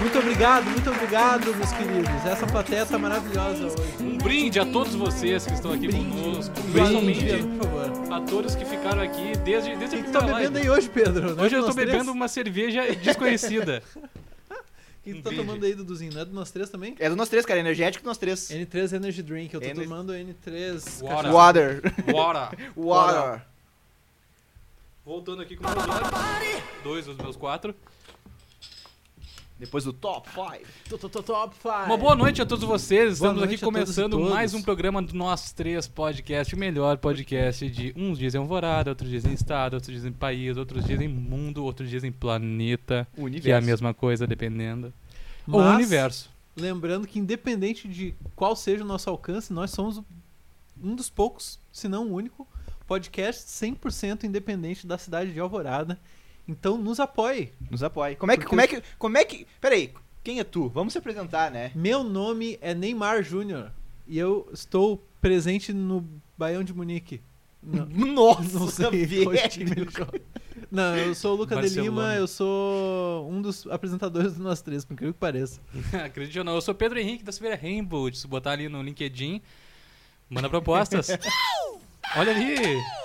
Muito obrigado, muito obrigado, meus queridos. Essa plateia tá maravilhosa hoje. Um brinde a todos vocês que estão aqui conosco. Um Principalmente Pedro, por favor. a todos que ficaram aqui desde, O desde que a que tá primeira live. bebendo aí hoje, Pedro? Não é Hoje eu de tô nós três? bebendo uma cerveja desconhecida. O que tu um tá brinde. tomando aí, Duduzinho? Não é do nós três também? É do nós três, cara. Energético nós três. N3 Energy Drink. Eu tô N- tomando N3. Uau. Bora. Water. Bora! Water. Voltando aqui com meus olhos. Dois dos meus quatro. Depois do top 5. Tô- tô- tô- Top 5. Uma boa noite a todos vocês. Boa Estamos noite aqui a todos e começando todas. mais um programa do Nós Três Podcast, o melhor podcast de uns dizem alvorada, outros dizem estado, outros dizem país, outros dizem mundo, outros dizem planeta, que é a mesma coisa, dependendo. Ou Mas, universo. Lembrando que, independente de qual seja o nosso alcance, nós somos um dos poucos, se não o único, podcast 100% independente da cidade de Alvorada. Então nos apoie. Nos apoia. Como é que. Porque Como é que. Como é que. Peraí. Quem é tu? Vamos se apresentar, né? Meu nome é Neymar Júnior e eu estou presente no Baião de Munique. Não, Nossa, não sei qual time ele joga. Não, eu sou o Luca de Barcelona. Lima, eu sou um dos apresentadores do Nós Três, por incrível que pareça. Acredite ou não, eu sou Pedro Henrique da Silveira Rainbow. Se botar ali no LinkedIn, manda propostas. Olha ali!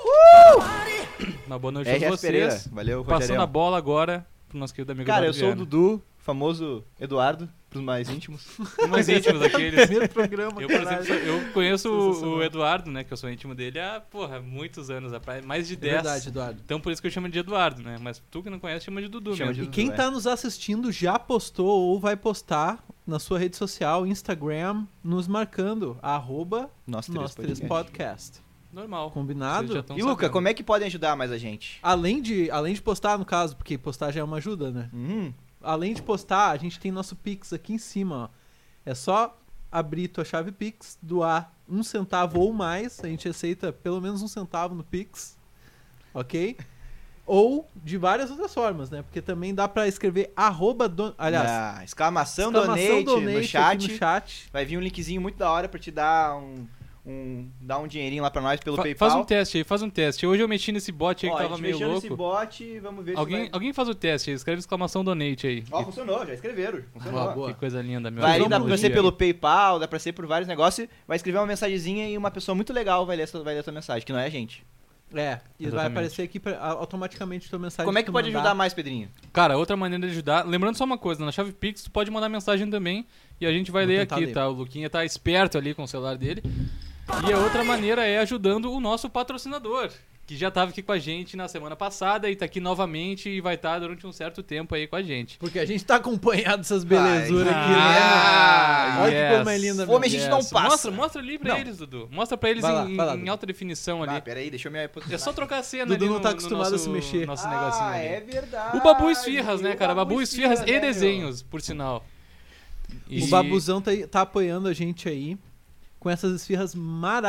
Uh! Uma boa noite a RS todos Pereira. vocês. Valeu, Passando a Rogério. bola agora pro nosso querido amigo Cara, eu Eduardo sou o Viana. Dudu, famoso Eduardo, pros mais íntimos. Um mais íntimo daqueles. Primeiro programa, Eu, por caralho. exemplo, sou- eu conheço o- Sensacional. o Eduardo, né? Que eu sou íntimo dele há, porra, muitos anos, há pra- mais de É 10. verdade, Eduardo. Então por isso que eu chamo de Eduardo, né? Mas tu que não conhece, chama de Dudu Chama mesmo. de E quem tá nos assistindo já postou ou vai postar na sua rede social, Instagram, nos marcando, arroba Nós três, nós três podcast. podcast. Normal. Vocês já Combinado? tão E Luca, sabendo. como é que podem ajudar mais a gente? Além de, além de postar, no caso, porque postar já é uma ajuda, né? Hum, Além de postar, a gente tem nosso Pix aqui em cima, ó. É só abrir tua chave Pix, doar um centavo ou mais, a gente aceita pelo menos um centavo no Pix, ok? Ou de várias outras formas, né? Porque também dá pra escrever arroba... don- Aliás, na exclamação, exclamação É, donate, no chat. aqui no chat. Vai vir um linkzinho muito da hora pra te dar um, um dar um dinheirinho lá pra nós pelo Fa- PayPal. Faz um teste aí, faz um teste. Hoje eu mexi nesse bot aí Ó, que a tava gente meio mexeu nesse louco. bot e vamos ver Alguém, se vai... alguém faz o teste aí, escreve exclamação donate aí. Ó, funcionou, já escreveram. Funcionou. Boa, boa. Que coisa linda, Ah, meu Vai, Vamos dá pro pra dia. ser pelo PayPal, dá pra ser por vários negócios. Vai escrever uma mensagenzinha e uma pessoa muito legal vai ler essa, vai ler essa mensagem, que não é a gente. É, e vai Exatamente. aparecer aqui pra, a- automaticamente tua mensagem. Como é que tu pode Tá mandar. ajudar mais, Pedrinho? Cara, outra maneira de ajudar. Lembrando só uma coisa, na chave Pix, tu pode mandar mensagem também e a gente vai Vou ler tentar aqui, ler. tá? O Luquinha tá esperto ali com o celular dele. E a outra maneira é ajudando o nosso patrocinador, que já tava aqui com a gente na semana passada e tá aqui novamente e vai estar durante um certo tempo aí com a gente. Porque a gente tá acompanhado dessas belezuras aqui, né? Ah, Olha yes. que como é linda. Fome a meu. gente não passa. Mostra, mostra ali pra Não. eles, Dudu. Mostra pra eles Vai lá, em, vai lá, em Dudu. alta definição ali. Ah, peraí, deixa eu me é só trocar a cena Dudu ali não no, tá no acostumado a nosso- se mexer. Nosso negocinho ah, ali. é verdade. O Babu Esfirras, né, O cara? Babu Esfirras e né, meu? desenhos, por sinal. O Babuzão tá, tá apoiando a gente aí com essas esfirras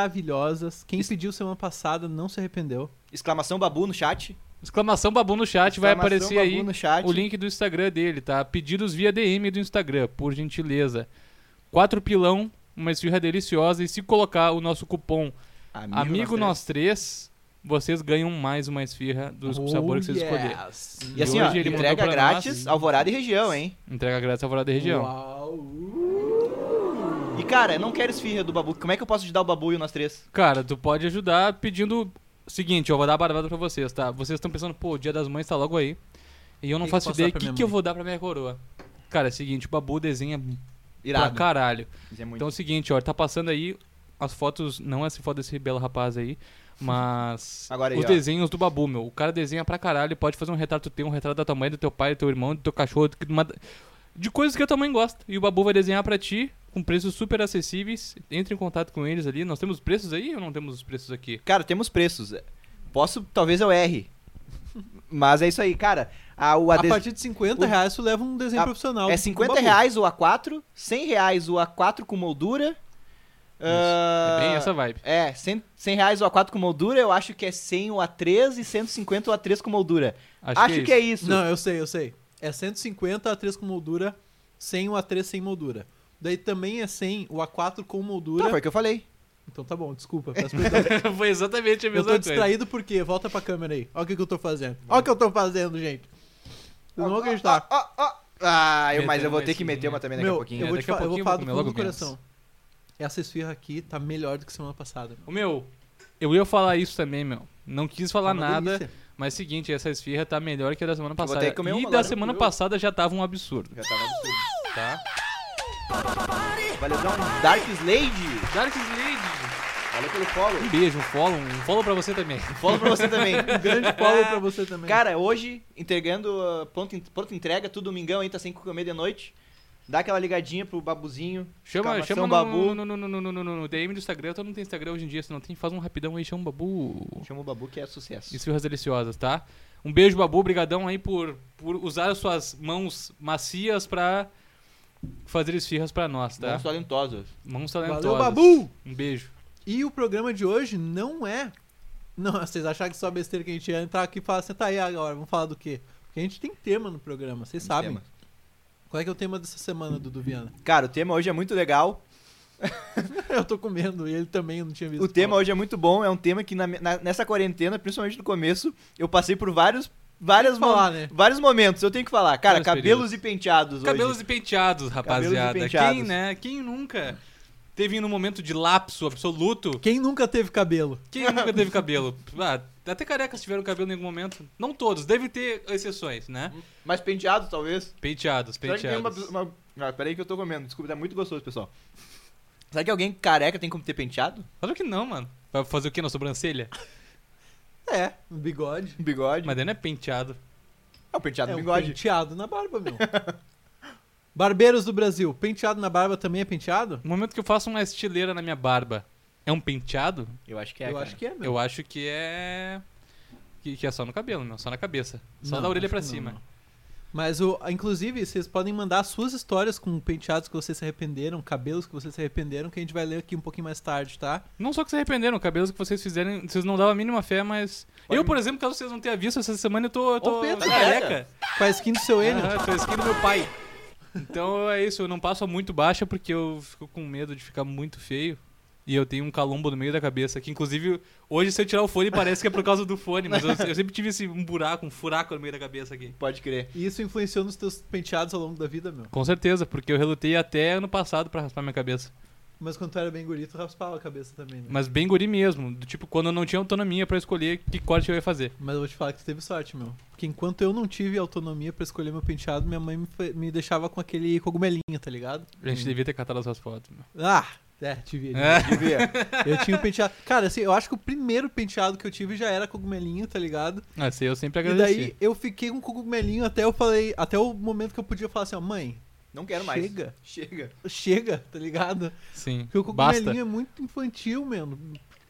maravilhosas. Quem pediu semana passada não se arrependeu. Exclamação Babu no chat. Exclamação Babu no chat, vai Exclamação aparecer Babu aí no chat. o link do Instagram dele, tá? Pedidos via DM do Instagram, por gentileza. Quatro pilão, uma esfirra deliciosa. E se colocar o nosso cupom Amigo, Amigo nosso. Nós Três, vocês ganham mais uma esfirra do Oh, sabor que vocês escolherem. escolher. E assim, E ó, hoje ele mandou entrega pra grátis, nós. alvorada e região, hein? Entrega grátis fora da região. Uau. E cara, eu não quero esfirra do Babu. Como é que eu posso ajudar o Babu e o nós três? Cara, tu pode ajudar pedindo. Seguinte, eu vou dar a barbada pra vocês, tá? Vocês estão pensando, pô, o dia das mães tá logo aí. E eu não Que que faço posso ideia dar pra o que, minha que eu mãe? vou dar pra minha coroa. Cara, é o seguinte, o Babu desenha pra Irado. caralho. Isso é muito. Então é o seguinte, ó, tá passando aí as fotos, não é essa foto desse belo rapaz aí, mas Agora aí, os ó. desenhos do Babu, meu. O cara desenha pra caralho, pode fazer um retrato teu, um retrato da tua mãe, do teu pai, do teu irmão, do teu cachorro, do que- de, uma- de coisas que a tua mãe gosta. E o Babu vai desenhar pra ti, com preços super acessíveis. Entre em contato com eles ali. Nós temos preços aí ou não temos os preços aqui? Cara, temos preços. Posso, talvez eu erre. Mas é isso aí, cara. A, o A ades... partir de 50 o- reais tu leva um desenho a- profissional. é do 50 Babu. reais o A4, 100 reais o A4 com moldura. É ah, bem essa vibe. É, 100, 100 reais o A4 com moldura, eu acho que é 100 o A3 e 150 o A3 com moldura. Acho, que, é isso. Não, eu sei, eu sei. É 150 A3 com moldura, sem o A3 sem moldura. Daí também é 100 o A4 com moldura. Tá, foi o que eu falei. Então tá bom, desculpa. peço perdão. é Foi exatamente a eu mesma tô coisa. distraído porque. Volta pra câmera aí. Olha o que, que eu tô fazendo. Olha o que eu tô fazendo, gente. Vocês não vão acreditar. Ó, ó. Ah, eu, mas Metendo eu vou mais ter que meter esfirrinha. uma também daqui a Meu, pouquinho. eu vou né? te Daqui a falar, eu vou pouquinho falar eu do vou fundo do comer logo coração. Essa esfirra aqui tá melhor do que semana passada. meu. Ô, meu, eu ia falar isso também, meu. Não quis falar Tá uma nada, delícia. mas seguinte, essa esfirra tá melhor que a da semana vou passada. ter que comer e uma da agora, semana viu? passada já tava um absurdo, Já tava absurdo. tá? Valeu, um Dark Slade. Dark Slade! Valeu pelo follow. Um beijo, um follow, um follow pra você também. Follow pra você também. Um Grande follow pra você também. Cara, hoje, entregando uh, ponto, en- ponto entrega, tudo domingão aí, tá sem comer de noite. Dá aquela ligadinha pro babuzinho. Chama, exclamação chama no, babu. No, no, no, no, no, no, no, no DM do Instagram, todo mundo tem Instagram hoje em dia, se não tem, faz um rapidão aí, chama o Babu. Chama o babu que é sucesso. Esfirras deliciosas, tá? Um beijo, Babu, obrigadão aí por, por usar as suas mãos macias pra fazer esfirras pra nós, tá? Mãos talentosas. Mãos talentosas. Valeu, Babu! Um beijo. E o programa de hoje não é. Não, vocês acharam que só besteira que a gente ia entrar aqui e falar, senta aí agora, vamos falar do quê? Porque a gente tem tema no programa, vocês sabem. tema. Qual é que é o tema dessa semana, Dudu Viana? Cara, o tema hoje é muito legal. Eu tô comendo e ele também eu não tinha visto. O tema hoje é muito bom. É um tema que na- na- nessa quarentena, principalmente no começo, eu passei por vários. Várias Tem que falar, mo- né? Vários momentos, eu tenho que falar. Cara, Vários cabelos e penteados Cabelos hoje. e penteados, rapaziada. Cabelos e penteados. Quem, né? Quem nunca teve num momento de lapso absoluto? Quem nunca teve cabelo? Quem nunca teve cabelo? Ah, até carecas tiveram cabelo em algum momento. Não todos, deve ter exceções, né? Mas penteados, talvez. Penteados, Será Uhum. que tem uma, penteados. uma... Ah, peraí que eu tô comendo. Desculpa, tá muito gostoso, pessoal. Será que alguém careca tem como ter penteado? Claro que não, mano. Vai fazer o quê na sobrancelha? É, um bigode. Um bigode? Mas daí não é penteado. É um penteado é no um bigode. penteado na barba, meu. Barbeiros do Brasil, penteado na barba também é penteado? No momento que eu faço uma estileira na minha barba, é um penteado? Eu acho que é, eu cara. acho que é, meu. Eu acho que é. Que, que é só no cabelo, meu. Só na cabeça. Só Não, da orelha acho pra que não, cima. não. Mas, o, inclusive, vocês podem mandar suas histórias com penteados que vocês se arrependeram, cabelos que vocês se arrependeram, que a gente vai ler aqui um pouquinho mais tarde, tá? Não só que se arrependeram, cabelos que vocês fizerem, vocês não davam a mínima fé, mas. Pode eu, me- por exemplo, caso vocês não tenham visto, essa semana eu tô. Eu tô Ô, Pedro, tô tá careca. Com a skin do seu Enio. Aham, tô esquina do meu pai. Então é isso, eu não passo muito baixa porque eu fico com medo de ficar muito feio. E eu tenho um calombo no meio da cabeça, que inclusive hoje se eu tirar o fone parece que é por causa do fone, mas eu, eu sempre tive esse um buraco, um furaco no meio da cabeça aqui. Pode crer. E isso influenciou nos teus penteados ao longo da vida, meu. Com certeza, porque eu relutei até ano passado pra raspar minha cabeça. Mas quando tu era bem guri, tu raspava a cabeça também, né? Mas, Mas bem guri mesmo, do tipo quando eu não tinha autonomia pra escolher que corte eu ia fazer. eu vou te falar que tu teve sorte, meu. Porque enquanto eu não tive autonomia pra escolher meu penteado, minha mãe me, fe- me deixava com aquele cogumelinho, tá ligado? A gente devia ter catado essas fotos. né? meu. Ah! É, tive. ele. É. Devia. Eu tinha um penteado. Cara, assim, eu acho que o primeiro penteado que eu tive já era cogumelinho, tá ligado? Assim, eu sempre E agradeci. daí eu fiquei com cogumelinho até eu falei, até o momento que eu podia falar assim, ó, mãe, Não quero mais. Chega. Chega. chega, tá ligado? Sim. Porque o cogumelinho Basta. é muito infantil, mano.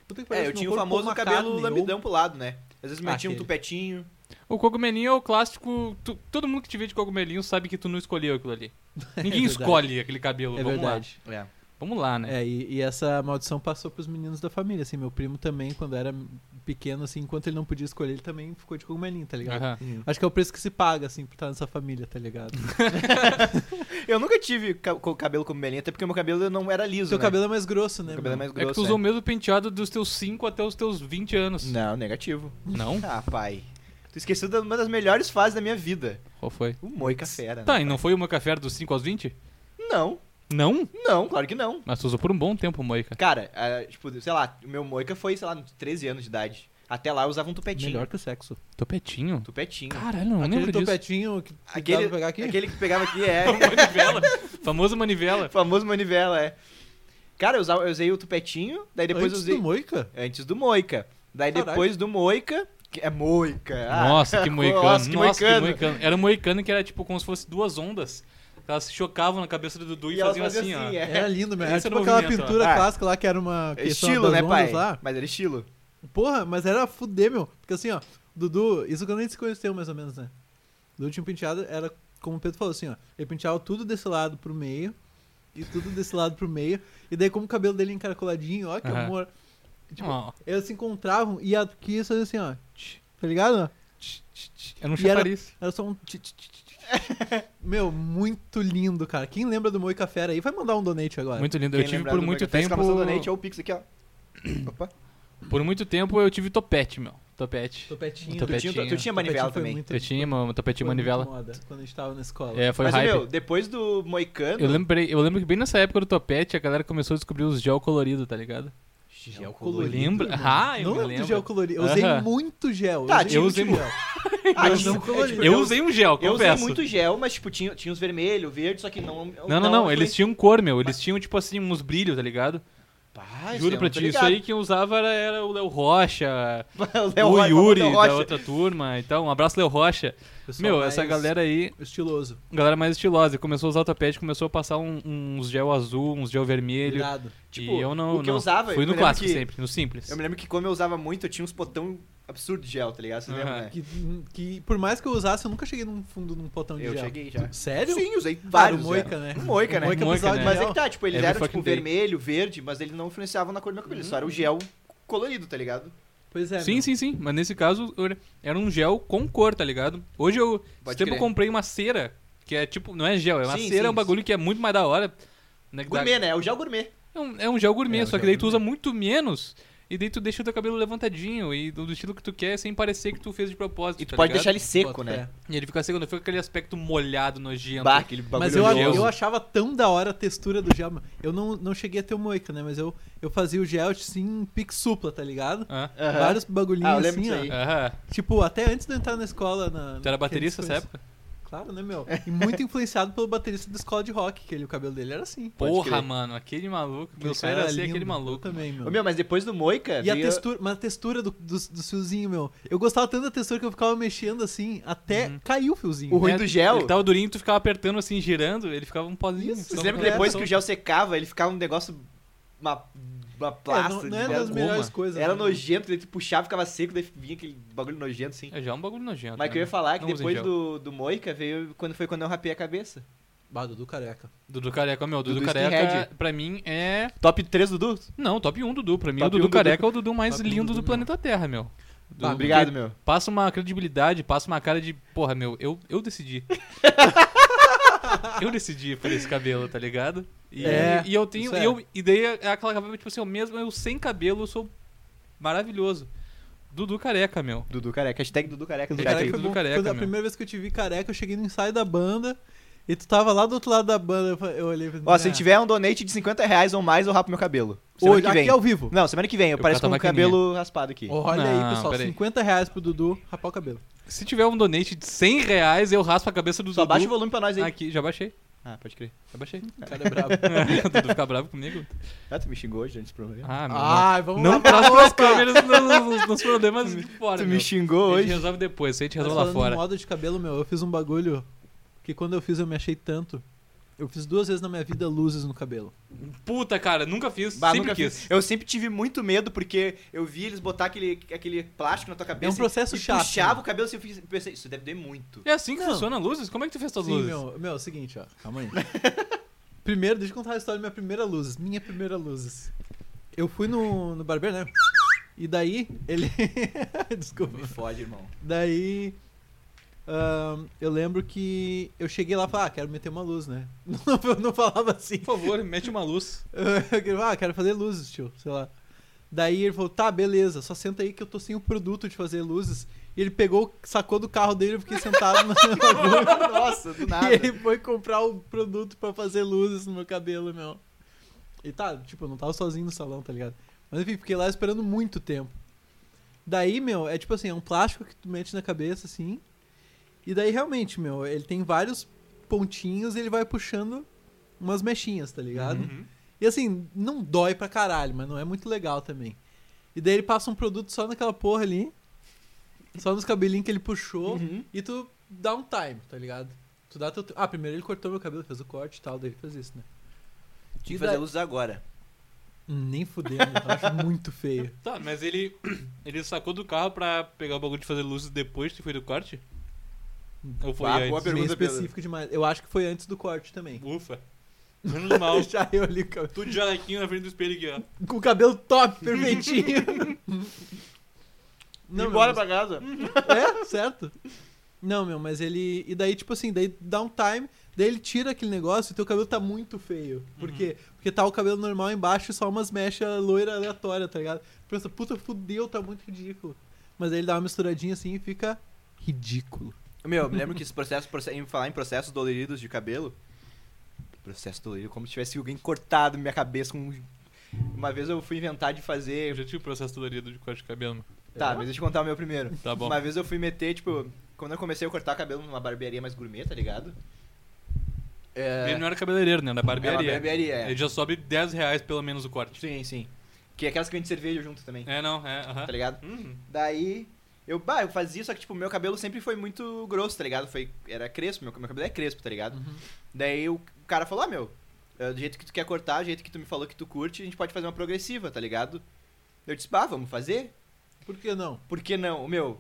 Puta que É, eu meu tinha o corpo é famoso uma cabelo carne, Ah, lambidão pro lado, né? Às vezes metia um Aquele. tupetinho. O cogumelinho é o clássico. tu- todo mundo que te vê de cogumelinho sabe que tu não escolheu aquilo ali. Ninguém verdade. escolhe aquele cabelo. ou- É Vamos verdade. É. lá. Vamos lá, né? É, e, e essa maldição passou pros meninos da família, assim, meu primo também, quando era pequeno, assim, enquanto ele não podia escolher, ele também ficou de cogumelinho, tá ligado? Aham. Acho que é o preço que se paga, assim, por estar nessa família, tá ligado? Eu nunca tive ca- co- cabelo como melinha, até porque meu cabelo não era liso, Seu né? cabelo é mais grosso, né? Meu cabelo é meu? mais É grosso. que tu usou o mesmo penteado dos teus 5 até os teus 20 anos. né? Não, negativo. Não? Ah, pai. Tu esqueceu de uma das melhores fases da minha vida. Qual foi? O Moica Fera. Tá, né? e não foi o meu café dos 5 aos 20? Não, Não? não, claro que não. Mas tu usou por um bom tempo, Moica. Cara, ah, tipo, sei lá, o meu Moica foi, sei lá, nos 13 anos de idade. Até lá eu usava um tupetinho. Melhor que o sexo. Topetinho? Tupetinho. Caralho, não aquele lembro disso. topetinho que que dá Aquele, pra pegar aqui? aquele que pegava aqui é. Manivela. Famoso manivela. famoso manivela, é. Cara, eu, usava, eu usei o tupetinho, daí depois Antes eu usei. do Moica? Antes do Moica. Daí Caralho. depois do Moica. que é Moica. ah. Nossa, que moicano. Nossa, que moicano. moicano. Era um moicano que era tipo como se fosse duas ondas. Elas se chocavam na cabeça do Dudu e, E elas faziam assim, faziam ó. assim, é. Era lindo, mesmo. Era Esse tipo era o aquela movimento, ó. pintura Ah. clássica lá que era uma questão Estilo, das né, ondas pai? lá. Mas era estilo. Porra, mas era fuder, meu. Porque assim, ó, Dudu, isso quando a gente se conheceu mais ou menos, né? Do último penteado era, como o Pedro falou, assim, ó. Ele penteava tudo desse lado pro meio e tudo desse lado pro meio. E daí, como o cabelo dele é encaracoladinho, ó, que Aham. amor. Tipo, Ó, eles se encontravam e aqui ia fazer assim, ó. tch, Tá ligado? Tch, tch, tch. era um E era- chafariz. Era só um. tch, tch, tch, tch, tch. Meu, muito lindo, cara. Quem lembra do Moica Fera aí? Vai mandar um donate agora. Muito lindo. eu Quem tive lembrar por do muito Moica Fera, tempo. exclamação Donate, olha o Pix aqui, ó. Opa. Por muito tempo eu tive topete, meu. Topete. Topetinho. Tu Tu Topetinho. tinha, tu tinha Topetinho manivela foi também. muito- Eu tinha uma foi topetinho muito manivela. moda quando a gente tava na escola. É, foi Mas, hype. meu, depois do Moicano... Eu lembrei, eu lembro que bem nessa época do topete, a galera começou a descobrir os gel colorido, tá ligado? Gel Tu Colorido, lembra? mano. Ah, eu não me lembro do lembro. gel colorido. Eu usei Aham. muito gel. Tá, eu muito usei gel. Ah, Eu tinha- não é, colorido. tipo, Eu usei um gel, Eu confesso. usei muito gel, então, mas tipo, tinha, tinha os vermelho, verde, só que não... Não, não, não, eles tinham cor, meu. Eles tinham, tipo assim, uns brilhos, tá ligado? Pá, Juro eu pra não tô ti, isso é ligado. aí quem usava era, era o Léo Rocha, o Léo o Rocha, Yuri Léo da Rocha. outra turma. Então, um abraço, Léo Rocha. Pessoal Meu, essa mais galera aí, Estiloso. galera mais estilosa, começou a usar o topete, começou a passar um- uns gel azul, uns gel vermelho. Irado. Tipo, e eu não, o que eu não. usava, Fui eu no me clássico lembro que- sempre, no simples. Eu me lembro que como eu usava muito, eu tinha uns potão absurdo de gel, tá ligado? Vocês Aham. lembram, né? Que, que por mais que eu usasse, eu nunca cheguei num fundo num potão de Eu gel. cheguei já. Sério? Sim, usei Claro, vários. o já. Moica, né? Moica, né? Moica, Moica, precisava né? de Mas é gel. que tá, tipo, eles Every eram tipo fucking day. vermelho, verde, mas eles não influenciavam na cor do meu cabelo, só era o gel colorido, tá ligado? Pois é. Sim, meu. sim, sim. Mas nesse caso eu era- era um gel com cor, tá ligado? Hoje eu. Pode esse tempo eu crer. comprei uma cera, que é tipo. Não é gel, é uma Sim, cera, é um sim, bagulho que é muito mais da hora. né, que dá- Gourmet, né? É o gel gourmet. É, um, é um gel gourmet, É, um só que gel daí tu usa muito menos. E daí tu deixa o teu cabelo levantadinho e do do estilo que tu quer, sem parecer que tu fez de propósito. E tu tá pode ligado? deixar ele seco, Boto né? fé. E ele fica seco, não fica aquele aspecto molhado, nojento. Bah, aquele bagulho Mas eu, oleoso. eu achava tão da hora a textura do gel. meu. Eu não, não cheguei a ter o Moica, né? Mas eu, eu fazia o gel assim, pique supla, tá ligado? Hã? Aham. Vários Ah, eu bagulhinhos lembro assim, disso ó. aí. Aham. Tipo, até antes de eu entrar na escola. Na, Tu era naqueles baterista nessa coisas. época? Claro, né, meu? E muito influenciado pelo baterista da escola de rock, que ele, o cabelo dele era assim. Pode Porra, crer. mano, aquele maluco. Meu Aquele sonho cara era ser lindo. aquele Eu maluco. também, meu. Ô, meu, mas depois do Moica. E a veio- textura, mas a textura do, do, do fiozinho, meu. Eu gostava tanto da textura que eu ficava mexendo assim, até Uhum. caiu o fiozinho. Né? O ruim É, do gel. Ele tava durinho, tu ficava apertando assim, girando, ele ficava um pozinho. Isso, senão Vocês lembram não que É, depois só- que o gel secava, ele ficava um negócio. Uma, uma É, plasta. não, não de era gel. das melhores Uma. coisas. Era né? nojento, daí tu puxava, ficava seco, daí vinha aquele bagulho nojento assim. É já é um bagulho nojento. Mas né? que eu ia falar é que Não usem depois gel. do, do Moica veio quando foi quando eu rapei a cabeça. Bah, Dudu careca. Dudu Careca, meu, Dudu, Dudu Careca, Skinhead. pra mim é. Top 3 Dudu? Não, top 1 Dudu. Pra mim, Top o Dudu um, Dudu. Careca é o Dudu mais Top um, lindo do Dudu, planeta Terra, meu. Dudu- Bah, Obrigado, meu. Passa uma credibilidade, passa uma cara de. Porra, meu, eu, eu decidi. eu decidi por esse cabelo, tá ligado? E, É, e eu tenho. isso é. E, eu, e daí é aquela cabelo, tipo assim, eu mesmo, eu sem cabelo, eu sou maravilhoso. Dudu Careca, meu. Dudu careca. Hashtag Dudu careca. Dudu Careca, careca foi Dudu bom. careca, Quando a meu. primeira vez que eu te vi careca, eu cheguei no ensaio da banda e tu tava lá do outro lado da banda. eu fa- Eu olhei pra Ó, se tiver um donate de 50 reais ou mais, eu rapo meu cabelo. Semana Hoje, que vem. aqui ao vivo. Não, semana que vem. Eu, Eu cato pareço com a um maquininha. cabelo raspado aqui. Olha Não, aí, pessoal. peraí. 50 reais pro Dudu rapar o cabelo. Se tiver um donate de 100 reais, eu raspo a cabeça do Só Dudu. baixa o volume pra nós aí. Aqui, já baixei. Ah, pode crer. Já baixei. O cara é brabo. o Dudu fica bravo comigo. Ah, tu me xingou hoje antes do problema. Ah, meu. Ai, vamos não lá. não traz pras câmeras nos, nos- nos problemas de fora, tu meu. me xingou A gente hoje. resolve depois, isso a gente Mas resolve lá falando em fora. moda de cabelo, meu, eu fiz um bagulho que quando eu fiz eu me achei tanto. Eu fiz duas vezes na minha vida luzes no cabelo. Puta, cara, nunca fiz, Bah, sempre nunca quis. fiz. Eu sempre tive muito medo porque eu vi eles botar aquele, aquele plástico na tua cabeça. É um processo e chato, puxava né? o cabelo assim, eu fiz- pensei, isso deve doer muito. É assim que Não. funciona luzes? Como é que tu fez tuas Sim, luzes? meu, meu, é o seguinte, ó. Calma aí. Primeiro, deixa eu contar a história da minha primeira luzes. Minha primeira luzes. Eu fui no, no barbeiro, né? E daí, ele. Desculpa. Me fode, irmão. Daí. ahn, eu lembro que eu cheguei lá e falei, ah, quero meter uma luz, né? Não, eu não falava assim. Por favor, mete uma luz. tá Eu quero- ah, quero fazer luzes, tio, sei lá. Daí ele falou, tá, beleza, só senta aí que eu tô sem o produto de fazer luzes. E ele pegou, sacou do carro dele, eu fiquei sentado no bagulho. Nossa, do nada. E ele foi comprar o produto pra fazer luzes no meu cabelo, meu. E tá, tipo, eu não tava sozinho no salão, tá ligado? Mas enfim, fiquei lá esperando muito tempo. Daí, meu, é tipo assim, é um plástico que tu mete na cabeça, assim. E daí, realmente, meu, ele tem vários pontinhos e ele vai puxando umas mechinhas, tá ligado? Uhum. E assim, não dói pra caralho, mas não é muito legal também. E daí ele passa um produto só naquela porra ali. Só nos cabelinhos que ele puxou. Uhum. E tu dá um time, tá ligado? Tu dá teu... Ah, primeiro ele cortou meu cabelo, fez o corte e tal, daí ele fez isso, né? Tinha E que fazer daí- luzes agora. Nem fudendo, eu acho muito feio. Tá, mas ele. Ele sacou do carro pra pegar o bagulho de fazer luzes depois que foi do corte? Ou foi Ah, antes? boa pergunta. Meio específico demais. Eu acho que foi antes do corte também. Ufa. Menos mal. Já eu ali com o cabelo- Tudo de jalequinho na frente do espelho aqui, ó. com o cabelo top, perfeitinho. Não, meu, Embora mas- pra casa. É, certo? Não, meu, mas ele. E daí, tipo assim, daí dá um time, daí ele tira aquele negócio e teu cabelo tá muito feio. Por quê? Porque tá o cabelo normal embaixo e só umas mechas loira aleatória, tá ligado? Pensa, puta, fudeu, tá muito ridículo. mas aí ele dá uma misturadinha assim e fica ridículo. Meu, eu me lembro que esse processo, proce- em falar em processos doloridos de cabelo. Processo dolorido, como se tivesse alguém cortado minha cabeça com. um- Uma vez eu fui inventar de Eu fazer. já tive processo dolorido de corte de cabelo. mano. Tá, mas deixa eu contar o meu primeiro. É. Tá bom. Uma vez eu fui meter, tipo, quando eu comecei a cortar o cabelo numa barbearia mais gourmet, tá ligado? É. Ele não era cabeleireiro, né? Era barbearia. É uma barbearia, é. Ele já sobe 10 reais pelo menos o corte. Sim, sim. Que é aquelas que vende cerveja junto também, É, não, é, aham. tá ligado? Hum. Daí, eu, bah, eu fazia, só que, tipo, meu cabelo sempre foi muito grosso, tá ligado? Foi, era crespo, meu, meu cabelo é crespo, tá ligado? Uhum. Daí o cara falou, ah, meu, é, do jeito que tu quer cortar, do jeito que tu me falou que tu curte, a gente pode fazer uma progressiva, tá ligado? Eu disse, bah, vamos fazer? Por que não? Por que não? O meu,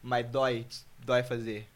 mas dói, dói fazer.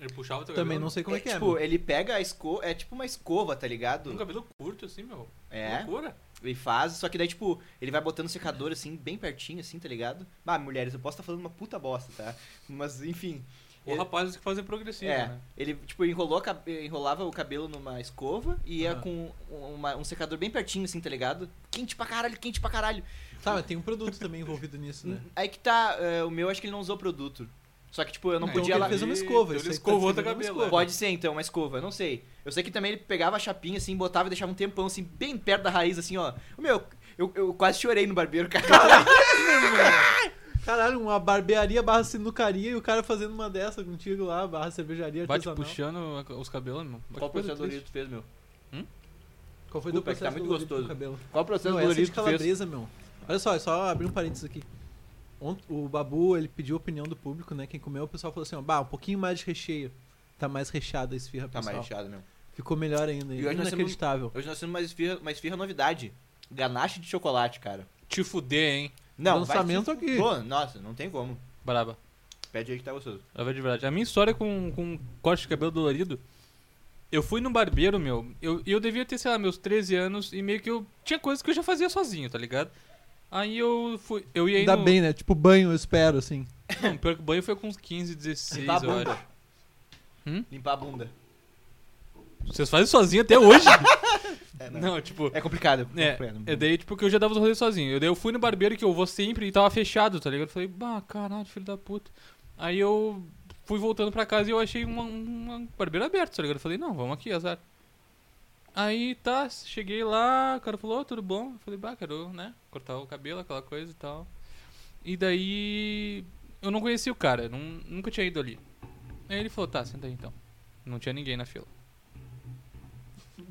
Ele puxava o teu Também cabelo. não sei como é, que tipo, é. ele pega a escova, é tipo uma escova, tá ligado? Um cabelo curto assim, meu. É. Loucura. Ele faz, só que daí, tipo, ele vai botando o secador, assim, bem pertinho, assim, tá ligado? Bah, mulheres, eu posso estar falando uma puta bosta, tá? Mas, enfim. Ou Ele- rapazes que fazem progressivo, é, né? ele, tipo, enrolou, a cabe- enrolava o cabelo numa escova e ia Aham. com um- uma- um secador bem pertinho, assim, tá ligado? Quente pra caralho, quente pra caralho. meu. Tá, mas tem um produto também envolvido nisso, né? Aí que tá, é, o meu, acho que ele não usou produto. Só que, tipo, eu não Então podia... ele la- fez uma escova, É. Ele isso aí que tá escovou teu descrevendo é uma cabelo. escova. é. Pode ser, então, uma escova, eu não sei. Eu sei que também ele pegava a chapinha, assim, botava e deixava um tempão, assim, bem perto da raiz, assim, ó. O meu, eu, eu quase chorei no barbeiro, cara. Caralho, uma barbearia barra sinucaria e o cara fazendo uma dessa contigo lá, barra cervejaria Vai te artesanal. puxando a- os cabelos, meu. Vai Qual que coisa processo dolorido tu fez, meu? Qual foi o Desculpa, é processo que tá muito dolorido com o gostoso. cabelo? Qual processo Não, essa é de dolorido tu fez? calabresa, meu. Olha só, é só abrir um parênteses aqui. Ont- o Babu, ele pediu a opinião do público, né? Quem comeu, o pessoal falou assim, ó, bah, um pouquinho mais de recheio. Tá mais recheada a esfirra, Tá pessoal. mais recheado mesmo. Ficou melhor ainda. E hoje nós temos- um Inacreditável. Hoje nós temos uma esfirra, uma esfirra novidade. Ganache de chocolate, cara. Te fuder, hein? Não, vai Lançamento se- aqui. Pô, nossa, não tem como. Braba. Pede aí que tá gostoso. É verdade, verdade. A minha história com, com corte de cabelo dolorido, eu fui num barbeiro, meu, eu, eu devia ter, sei lá, meus 13 anos, e meio que eu tinha coisas que eu já fazia sozinho, tá ligado? Aí eu fui, eu ia Ainda no... bem, né? Tipo banho, eu espero, assim. Não, pior que o banho foi com uns 15, 16, Tá Limpar a eu tá bunda. acho. Hum? Limpar a bunda. Vocês fazem sozinho até hoje? É, não. não, tipo... É complicado. É, é daí, tipo, que eu já dava os rolês sozinho. Eu, daí eu fui no barbeiro que eu vou sempre e tava fechado, tá ligado? Eu falei, bah, caralho, filho da puta. Aí eu fui voltando pra casa e eu achei uma- uma- um barbeiro aberto, tá ligado? Eu falei, não, vamos aqui, azar. Aí tá, cheguei lá, o cara falou, "Ô, tudo bom? Eu falei, bah, quero, né, cortar o cabelo, aquela coisa e tal. E daí eu não conhecia o cara, eu nun- nunca tinha ido ali. Aí ele falou, tá, senta aí então. Não tinha ninguém na fila.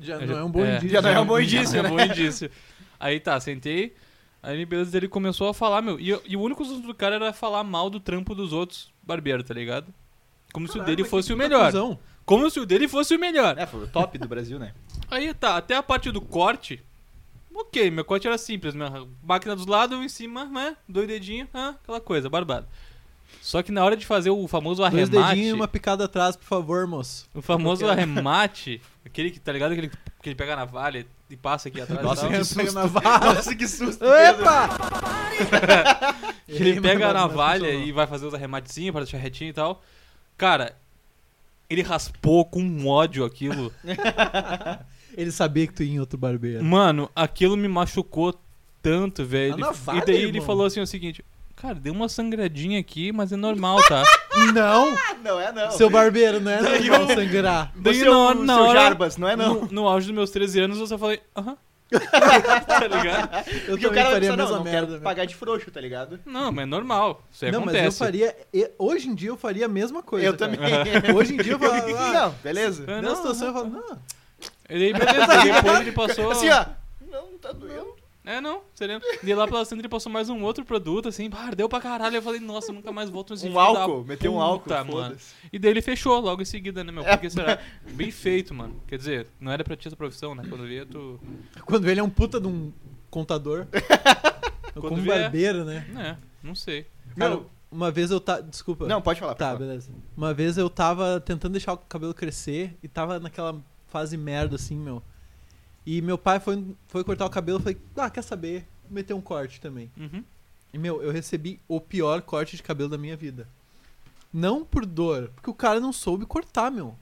Já Eu não já- é um bom é. indício. Já não é um bom né? indício. É um bom indício. Aí tá, sentei. Aí beleza, ele começou a falar, meu. E, eu- e o único assunto do cara era falar mal do trampo dos outros barbeiros, tá ligado? Como se o Caralho, dele mas que fosse o puta melhor. cuzão. Como se o dele fosse o melhor. É, foi o top do Brasil, né? Aí tá, até a parte do corte. Ok, meu corte era simples, minha máquina dos lados em cima, né? Dois dedinhos, ah, aquela coisa, barbado. Só que na hora de fazer o famoso Dois arremate. dedinhos e uma picada atrás, por favor, moço. O famoso arremate, aquele que, tá ligado? Aquele que ele pega na valha e passa aqui atrás. e Nossa, tal. que Pega susto. na vara. Nossa, que susto. Epa! Que ele Errei, pega a mas não navalha funcionou. e vai fazer os arrematezinhos pra deixar retinho e tal. Cara, ele raspou com um ódio aquilo. Ele sabia que tu ia em outro barbeiro. Mano, aquilo me machucou tanto, A velho. navalha, e daí ele irmão. falou assim o seguinte: Cara, deu uma sangradinha aqui, mas é normal, tá? Não! Não é não. Seu barbeiro, não é? Não vai sangrar. Você Daí é o- na- na seu hora- Jarbas, não é não. No, no auge dos meus 13 anos, eu só falei: Aham. tá ligado? Eu Porque o também cara vai faria a pensar, não, mesma merda. não né?" quero meu. pagar de frouxo, tá ligado? Não, mas é normal. Isso aí não, acontece. mas eu faria. e- Hoje em dia eu faria a mesma coisa. eu cara. também. Hoje em dia eu vou. Ah, não, beleza? Ah, nessa não, situação eu falo, não. E daí, beleza, depois ele passou. Assim, ó. Não, tá doendo. É, não, seria. E lá pela Sandra ele passou mais um outro produto, assim, bah, deu pra caralho. Eu falei, nossa, eu nunca mais volto nesse Um filho da álcool, meteu um puta, álcool, mano. foda-se. E daí ele fechou logo em seguida, né, meu? É, Porque será? Bem feito, mano. Quer dizer, não era pra ti essa profissão, né? Quando eu via, tu. Quando ele é um puta de um contador. Como um vier. barbeiro, né? É, não sei. Cara, Meu, uma vez eu tá. Desculpa. Não, pode falar. pode Tá, falar. beleza. Uma vez eu tava tentando deixar o cabelo crescer e tava naquela fase merda, assim, meu. E meu pai foi, foi cortar o cabelo e falei, ah, quer saber? Meteu um corte também. Uhum. E, meu, eu recebi o pior corte de cabelo da minha vida. Não por dor, porque o cara não soube cortar, meu.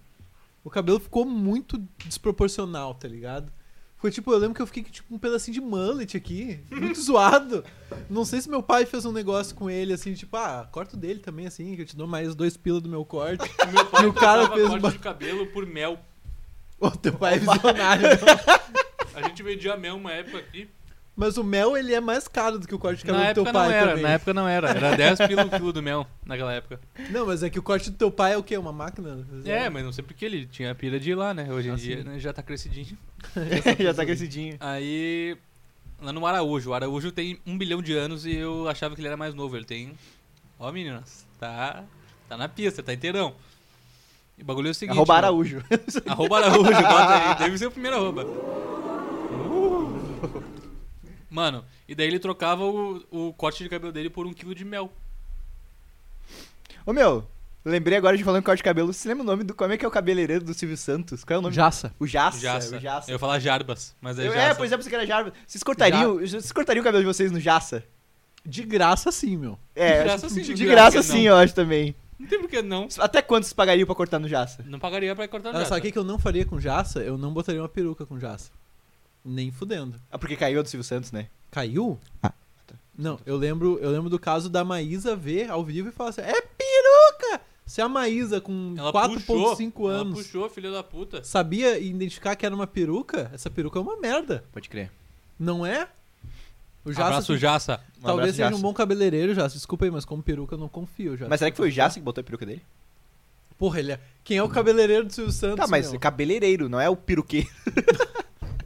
O cabelo ficou muito desproporcional, tá ligado? Foi tipo, eu lembro que eu fiquei com tipo, um pedacinho de mullet aqui, muito zoado. Não sei se meu pai fez um negócio com ele, assim, tipo, ah, corta o dele também, assim, que eu te dou mais dois pila do meu corte. Meu pai E o cara trocava fez corte uma- de cabelo por mel. Ô, teu pai é visionário. A gente vendia mel uma época aqui. Mas o mel, ele é mais caro do que o corte de cabelo na do teu época pai não era, também. na época não era. Era 10 pila o quilo do mel naquela época. Não, mas é que o corte do teu pai é o quê? Uma máquina? É, mas não sei porque ele tinha a pira de ir lá, né? Hoje em Ah, dia sim. né, já tá crescidinho. Já tá crescidinho. Aí. Lá no Araújo. O Araújo tem um bilhão de anos e eu achava que ele era mais novo. Ele tem. Ó, meninas, tá. Tá na pista, tá inteirão. E o bagulho é o seguinte. Arroba mano. Araújo. Arroba Araújo, bota aí. Deve ser o primeiro arroba. Mano, e daí ele trocava o, o corte de cabelo dele por um quilo de mel. Ô meu, lembrei agora de falando em corte de cabelo. Você lembra o nome do. Como é que é o cabeleireiro do Silvio Santos? Qual é o nome? Jaça. O Jassa. Jaça. O Jassa. Eu ia falar Jarbas, mas é Eu- Jassa. é, pois é, você que era Jarvis. Vocês cortariam, vocês cortariam o cabelo de vocês no Jassa? De graça, sim, meu. É, De graça sim, de, de graça, graça sim, não. eu acho também. Não tem por que não. Até quanto vocês pagariam pra cortar no Jassa? Não pagaria pra cortar Ah, nada. sabe o que que eu não faria com jaça? Eu não botaria uma peruca com jaça. Nem fudendo. Ah, porque caiu a do Silvio Santos, né? Caiu? Ah, Não, eu lembro, eu lembro do caso da Maísa ver ao vivo e falar assim: é peruca! Se a Maísa com Ela 4,5 puxou, Ela anos puxou, filho da puta. sabia identificar que era uma peruca, essa peruca é uma merda, Pode crer. não é? O Jaça, Abraço, Jassa. Um talvez abraço, seja um Jassa. bom cabeleireiro, Jaça. Desculpa aí, mas como peruca eu não confio, Jaça. Mas é- será que foi o Jassa que botou a peruca dele? Porra, ele é... quem é o cabeleireiro do Silvio Santos? Tá, mas meu? cabeleireiro, não é o peruqueiro.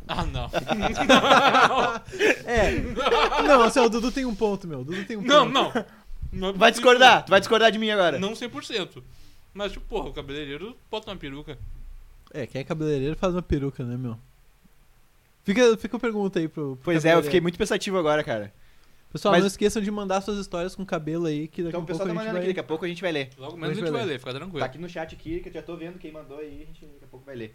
Ah, não. É. Não, assim, ó, o Dudu tem um ponto, meu. O Dudu tem um não, ponto. não. não. é Vai discordar, tu vai discordar de mim agora. Não 100%. Mas, tipo, porra, o cabeleireiro bota uma peruca. É, quem é cabeleireiro faz uma peruca, né, meu? Fica, fica a pergunta aí pro. pro Pois é, eu cabeleireiro. fiquei muito pensativo agora, cara. Pessoal, Mas- não esqueçam de mandar suas histórias com cabelo aí, que daqui Então a pouco o pessoal tá a gente mandando vai... aqui, daqui a pouco a gente vai ler. Logo Mas menos a gente vai vai ler. ler, fica tranquilo. Tá aqui no chat aqui, que eu já tô vendo quem mandou aí, a gente daqui a pouco vai ler.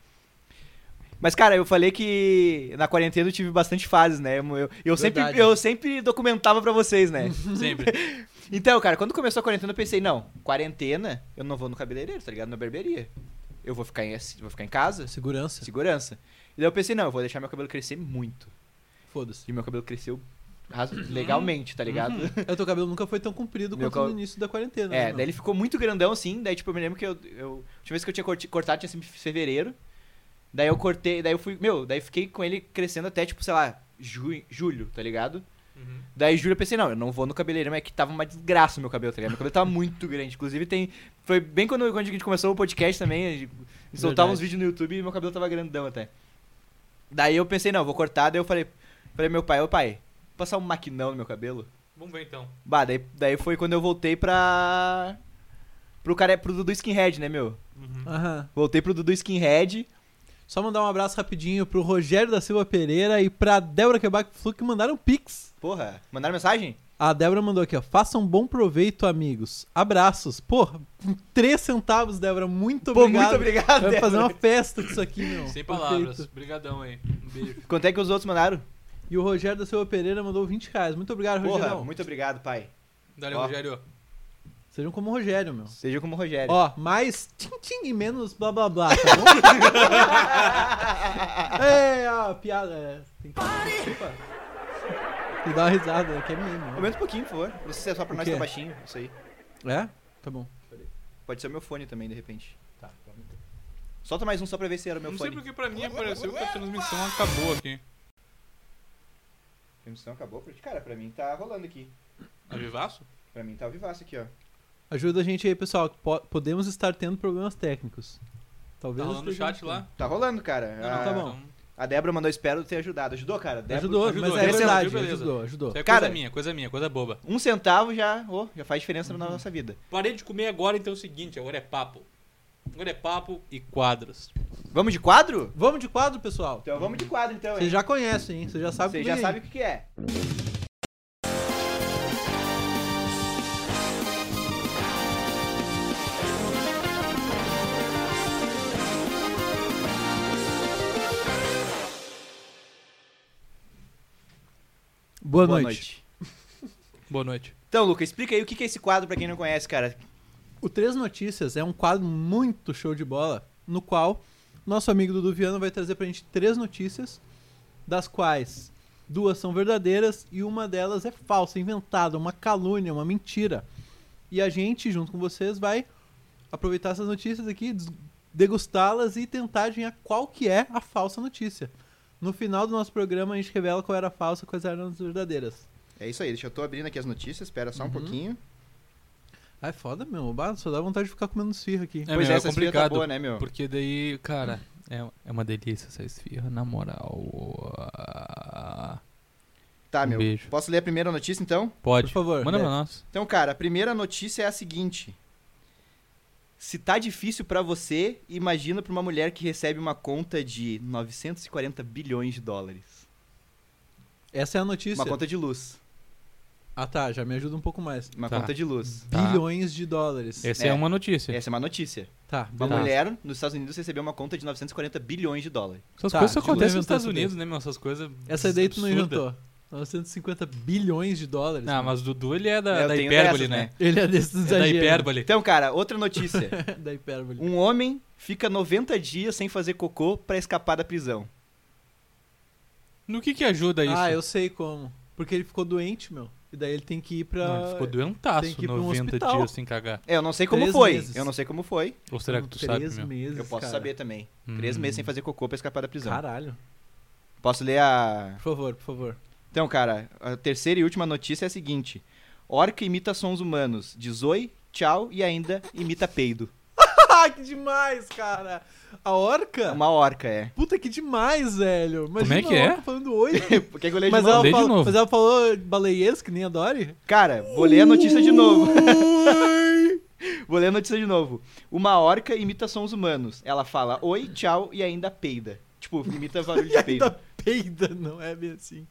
Mas, cara, eu falei que na quarentena eu tive bastante fases, né? Eu, eu, eu sempre, Verdade. eu sempre documentava pra vocês, né? Sempre. então, cara, quando começou a quarentena, eu pensei, não, quarentena, eu não vou no cabeleireiro, tá ligado? Na barbearia. Eu vou ficar em, assim, vou ficar em casa, Segurança? segurança. E daí eu pensei, não, eu vou deixar meu cabelo crescer muito. Foda-se. E meu cabelo cresceu razo- legalmente, tá ligado? É, teu cabelo nunca foi tão comprido Meu quanto cabelo- no início da quarentena. né, É, meu? daí ele ficou muito grandão assim, daí tipo, eu me lembro que eu. eu a última vez que eu tinha corti- cortado tinha sido em fevereiro. Daí eu cortei, daí eu fui. Meu, daí fiquei com ele crescendo até, tipo, sei lá, ju, julho, tá ligado? Uhum. Daí julho eu pensei, não, eu não vou no cabeleireiro, mas é que tava uma desgraça o meu cabelo, tá ligado? Meu cabelo tava muito grande. Inclusive tem. Foi bem quando, quando a gente começou o podcast também, a gente soltava Verdade. uns vídeos no YouTube e meu cabelo tava grandão até. Daí eu pensei, não, eu vou cortar, daí eu falei, falei pro meu pai, ô pai, vou passar um maquinão no meu cabelo. Vamos ver então. Bah, daí, daí foi quando eu voltei pra. Pro cara, pro Dudu Skinhead, né, meu? Aham. Voltei pro Dudu Skinhead. Só mandar um abraço rapidinho pro Rogério da Silva Pereira e pra Débora Quebec Flu que mandaram pix. Porra, mandaram mensagem? A Débora mandou aqui, ó. Façam bom proveito, amigos. Abraços. Porra, com três centavos, Débora. Muito Pô, obrigado. muito obrigado, Vai fazer Débora. uma festa com isso aqui, meu. Uhum. Sem Ah, Perfeito. palavras. Obrigadão aí. Um beijo. Quanto é que os outros mandaram? E o Rogério da Silva Pereira mandou 20 reais. Muito obrigado, Porra, Rogério. muito obrigado, pai. Dale, Ó. Rogério. Sejam como o Rogério, meu. Seja como o Rogério. Ó, mais tim-tim e menos blá blá blá, tá bom? é, ó, piada. É, tem que. Opa. Tem que dar uma risada, né, que é meme. né? Aumenta um pouquinho, por favor. Não sei se é só pra O nós quê? tá baixinho, isso aí. É? Tá bom. Pode ser o meu fone também, de repente. Tá. Solta mais um só pra ver se era o meu Não sei fone. porque pra mim apareceu que a transmissão acabou aqui. A transmissão acabou. pra- Cara, pra mim tá rolando aqui. A É vivaço? Pra mim tá ao vivaço aqui, ó. Ajuda a gente aí, pessoal. que po- podemos estar tendo problemas técnicos. Tá Talvez. rolando no estejamos chat lá. Então, Tá rolando, cara. não, a, tá bom. a Débora mandou, espero ter ajudado. Ajudou, cara? tendo. Débora- Ajudou, ajudou, mas é ajudou, verdade, beleza. ajudou, ajudou. Isso é Cara- coisa minha, coisa minha, coisa boba. Um centavo já, ô, já faz diferença Uhum. na nossa vida. Parei de comer agora, então é o seguinte, agora é papo. Agora é papo e quadros. Vamos de quadro? Vamos de quadro, pessoal? Então vamos de quadro, então, Vocês já conhecem, hein? Vocês já sabem Você tudo já aí. sabe o que que é. Boa, noite. Boa noite. Então, Luca, explica aí o que que é esse quadro pra quem não conhece, cara. O Três Notícias é um quadro muito show de bola, no qual nosso amigo Dudu Viano vai trazer pra gente três notícias das quais duas são verdadeiras e uma delas é falsa, inventada, uma calúnia, uma mentira. E a gente, junto com vocês, vai aproveitar essas notícias aqui, des- degustá-las e tentar adivinhar qual que é a falsa notícia. No final do nosso programa, a gente revela qual era a falsa e quais eram as verdadeiras. É isso aí, deixa eu tô abrindo aqui as notícias, espera só um Uhum. pouquinho. Ai, foda, meu. Bah, só dá vontade de ficar comendo esfirra aqui. É, pois meu, é, é essa esfirra tá complicado. boa, né, meu? Porque daí, cara, é, é uma delícia essa esfirra, na moral. Tá, Um meu. beijo. Posso ler a primeira notícia então? Pode. Por favor. Manda né? pra nós. Então, cara, a primeira notícia é a seguinte. Se tá difícil pra você, imagina pra uma mulher que recebe uma conta de 940 bilhões de dólares. Essa é a notícia. Uma conta de luz. Ah, tá. Já me ajuda um pouco mais. Uma Tá. conta de luz. Tá. Bilhões de dólares. Essa é, É. uma notícia. Essa é uma notícia. Tá, Uma beleza. mulher nos Estados Unidos recebeu uma conta de 940 bilhões de dólares. Essas Tá, coisas só de novo inventou acontecem nos Estados essa daí. Unidos, né, meu? Essas coisas. Essa daí tu não absurdas. inventou. 950 bilhões de dólares. Não, mas o Dudu ele é da, É, eu da tenho hipérbole, dessas, né? Ele é desses É da exageros. hipérbole. Então, cara, outra notícia. da hipérbole. Um homem fica 90 dias sem fazer cocô pra escapar da prisão. No que que ajuda isso? Ah, eu sei como. Porque ele ficou doente, meu. E daí ele tem que ir pra. Não, ele ficou Tem que doentaço ir pra um 90 hospital. dias sem cagar. É, eu não sei como Três foi. meses. Eu não sei como foi. Ou será que Foram tu três sabe, meu? meses. Eu posso cara. saber também. Três Hum. meses sem fazer cocô pra escapar da prisão. Caralho. Posso ler a. É. Por favor, por favor. Então, cara, a terceira e última notícia é a seguinte: Orca imita sons humanos. Diz oi, tchau e ainda imita peido. Ah, que demais, cara. A orca? Uma orca, é. Puta que demais, velho. Imagina é que a é? orca falando oi. Por que que eu leio de Mas é novo? ela, Lê de falou, novo. mas ela falou baleias que nem a Dory? Cara, vou ler a notícia de novo. vou ler a notícia de novo. Uma orca imita sons humanos. Ela fala oi, tchau e ainda peida. Tipo, imita barulho de peido. Ainda peida, não é bem assim.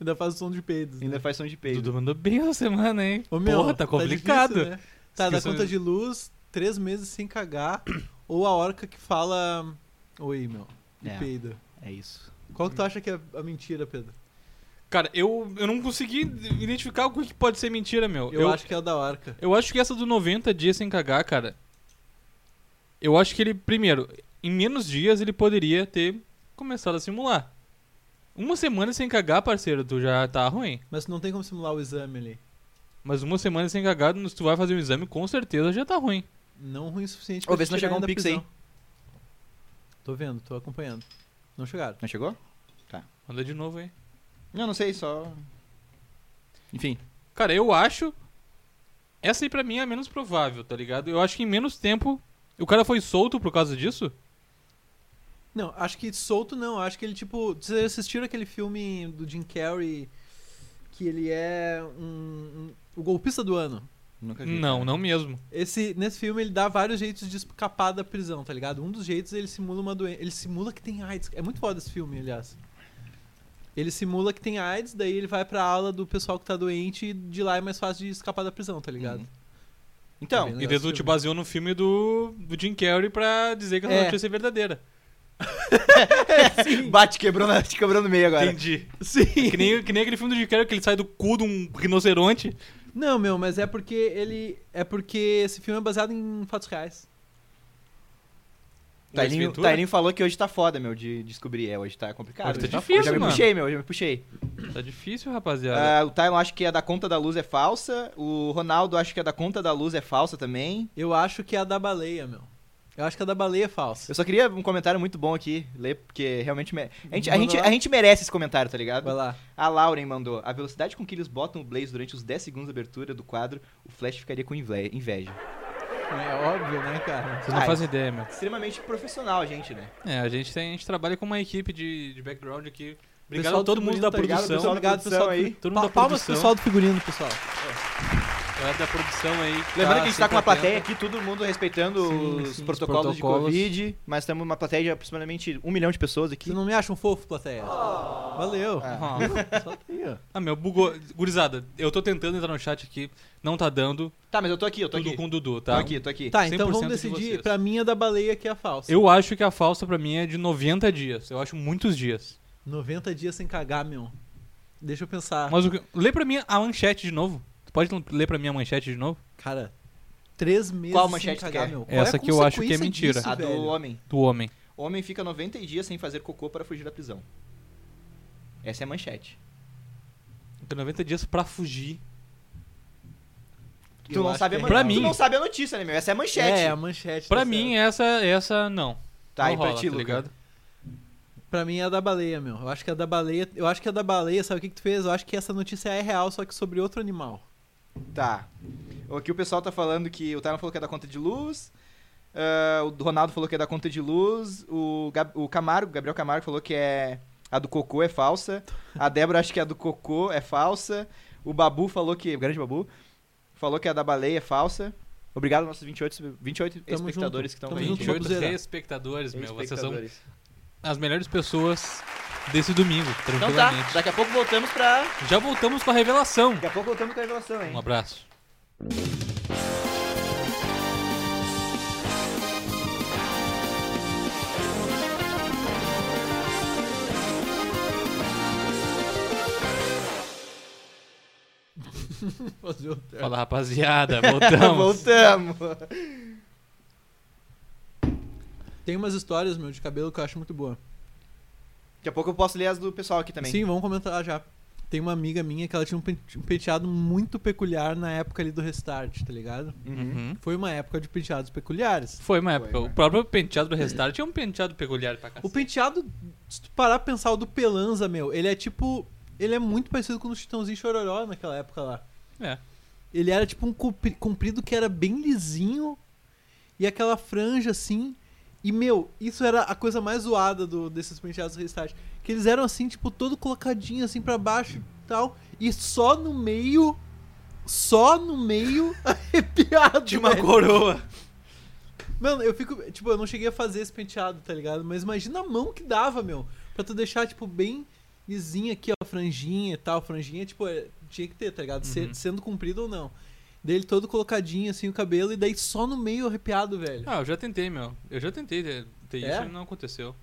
Ainda faz o som de peidos. Ainda faz som de peido. Dudu mandou bem essa semana, hein? Ô, meu, Porra, tá complicado. difícil, né? Tá, da Esqueçam- conta de luz, três meses sem cagar, ou a orca que fala. Oi, meu. E É. peida. É isso. Qual que tu acha que é a mentira, Pedro? Cara, eu, eu não consegui identificar o que pode ser mentira, meu. Eu, eu, acho que é a da orca. eu acho que essa do 90 dias sem cagar, cara. Eu acho que ele, primeiro, em menos dias ele poderia ter começado a simular. Uma semana sem cagar, parceiro, tu já tá ruim. Mas não tem como simular o exame ali. Mas uma semana sem cagar, se tu vai fazer um exame, com certeza já tá ruim. Não ruim o suficiente Ô, vê se não te tirar chegou um da pix prisão. Tô vendo, tô acompanhando. Não chegaram. Não chegou? Manda de novo aí. Não, não sei, só. Enfim. Cara, eu acho. Essa aí pra mim é a menos provável, tá ligado? Eu acho que em menos tempo. O cara foi solto por causa disso? Não, acho que solto não. Acho que ele, tipo. Vocês assistiram aquele filme do Jim Carrey que ele é um- um o golpista do ano? Nunca vi. Não, não mesmo. Esse, nesse filme ele dá vários jeitos de escapar da prisão, tá ligado? Um dos jeitos ele simula uma doença. Ele simula que tem AIDS. É muito foda esse filme, aliás. Ele simula que tem AIDS, daí ele vai pra aula do pessoal que tá doente e de lá é mais fácil de escapar da prisão, tá ligado? Uhum. Então, Tá E Legal Deus esse te filme. baseou no filme do, do Jim Carrey pra dizer que essa É. notícia é verdadeira. Tá bate, quebrou, na- te quebrou no meio agora. Entendi. Sim. É que, nem, que nem aquele filme do Jim Carrey que ele sai do cu de um rinoceronte. Não, meu, mas é porque ele. É porque esse filme é baseado em fatos reais. O Ace Tairinho, Ventura. Tairinho Tá, falou que hoje tá foda, meu, de descobrir. É, hoje tá complicado. Hoje tá Hoje difícil, eu já me mano. puxei, meu, eu já me puxei. Tá difícil, rapaziada. Ah, o Taylor acha que a da conta da luz é falsa. O Ronaldo acha que a da conta da luz é falsa também. Eu acho que é a da baleia, meu. Eu acho que a da baleia é falsa. Eu só queria um comentário muito bom aqui, ler, porque realmente. mere- A, gente, a, Manda gente, lá. a gente merece esse comentário, tá ligado? Vai lá. A Lauren mandou. A velocidade com que eles botam o Blaze durante os 10 segundos de abertura do quadro, o Flash ficaria com inve- inveja. É óbvio, né, cara? Vocês não ah, fazem ideia, meu. Extremamente profissional a gente, né? É, a gente, tem, a gente trabalha com uma equipe de, de background aqui. Obrigado Pessoal a todo do mundo figurino, da tá ligado? produção. pessoal? Obrigado, pessoal. Produção aí. do- Todo mundo da Pa- Palmas pro produção. pessoal do figurino, pessoal. Obrigado É, da produção aí. Lembrando que a gente tá com sempre uma plateia atenta. aqui, todo mundo respeitando Sim, os sim, os protocolos, de protocolos. Covid, mas estamos uma plateia de aproximadamente um milhão de pessoas aqui. Vocês não me acham fofo, plateia? Valeu. Ah. Só tem, ó. Ah, meu, bugou. Gurizada, eu tô tentando entrar no chat aqui, não tá dando. Tá, mas eu tô aqui, eu tô Tudo aqui. com o Dudu, Tô tá? aqui, tô aqui. Tá, então 100% vamos de decidir. vocês. Pra mim, a da baleia que é a falsa. Eu acho que a falsa pra mim é de 90 dias. Eu acho muitos dias. 90 dias sem cagar, meu. Deixa eu Ah. pensar. Mas o que... lê pra mim a manchete de novo. Tu pode ler pra mim a manchete de novo? Cara, três meses Qual sem manchete tu cagar, quer? meu. Essa a que eu acho que é consequência mentira. disso, A do velho? homem. Do homem. Homem fica 90 dias sem fazer cocô para fugir da prisão. Essa é a manchete. Tem 90 dias pra fugir. Tu Eu não acho sabe a que é man- Pra tu mim. não sabe a notícia, né, meu? Essa é a manchete. É, a manchete. Pra tá mim, certo. essa, essa não. Tá, não e pra rola, ti, tá Luca? ligado? Pra mim é a da baleia, meu. Eu acho que é a da baleia. Eu acho que a da baleia, sabe o que, que tu fez? Eu acho que essa notícia é real, só que sobre outro animal. Tá. Aqui o pessoal tá falando que o Tyron falou que é da conta de luz. ah, o Ronaldo falou que é da conta de luz. O, Gab- o Camargo, Gabriel Camargo, falou que é. A do Cocô é falsa. A Débora acha que a do Cocô é falsa. O Babu falou que. O grande Babu. Falou que a da baleia é falsa. Obrigado aos nossos 28, 28 Tamo espectadores junto. que estão Tamo aí. junto, 28 babuzeira. espectadores, meu. Vocês são Espectadores. as melhores pessoas desse domingo, Então tá, tranquilamente. daqui a pouco voltamos pra. Já voltamos com a revelação. Daqui a pouco voltamos com a revelação, hein? Um abraço. Fazer o Fala, rapaziada. Voltamos. Voltamos. Tem umas histórias, meu, de cabelo que eu acho muito boa. Daqui a pouco eu posso ler as do pessoal aqui também. Sim, vamos comentar já. Tem uma amiga minha que ela tinha um pen- um penteado muito peculiar na época ali do restart, tá ligado? Uhum. Foi uma época de penteados peculiares. Foi uma época. Foi, O próprio penteado do Restart é um penteado peculiar pra cá. O penteado, se tu parar pra pensar, o do Pelanza, meu, ele é tipo. Ele é muito parecido com o do Chitãozinho Chororó naquela época lá. É. Ele era tipo um compri- comprido que era bem lisinho e aquela franja assim. E, meu, isso era a coisa mais zoada do, desses penteados restart. Que eles eram assim, tipo, todo colocadinho assim pra baixo e tal. E só no meio. Só no meio arrepiado. De uma velho. coroa. Mano, eu fico. Tipo, eu não cheguei a fazer esse penteado, tá ligado? Mas imagina a mão que dava, meu. Pra tu deixar, tipo, bem lisinha aqui, ó, franjinha e tal. Franjinha, tipo, é, tinha que ter, tá ligado? Se- Uhum. sendo comprido ou não. Dele todo colocadinho, assim, o cabelo, e daí só no meio arrepiado, velho. Ah, eu já tentei, meu. Eu já tentei ter, ter É? isso e não aconteceu.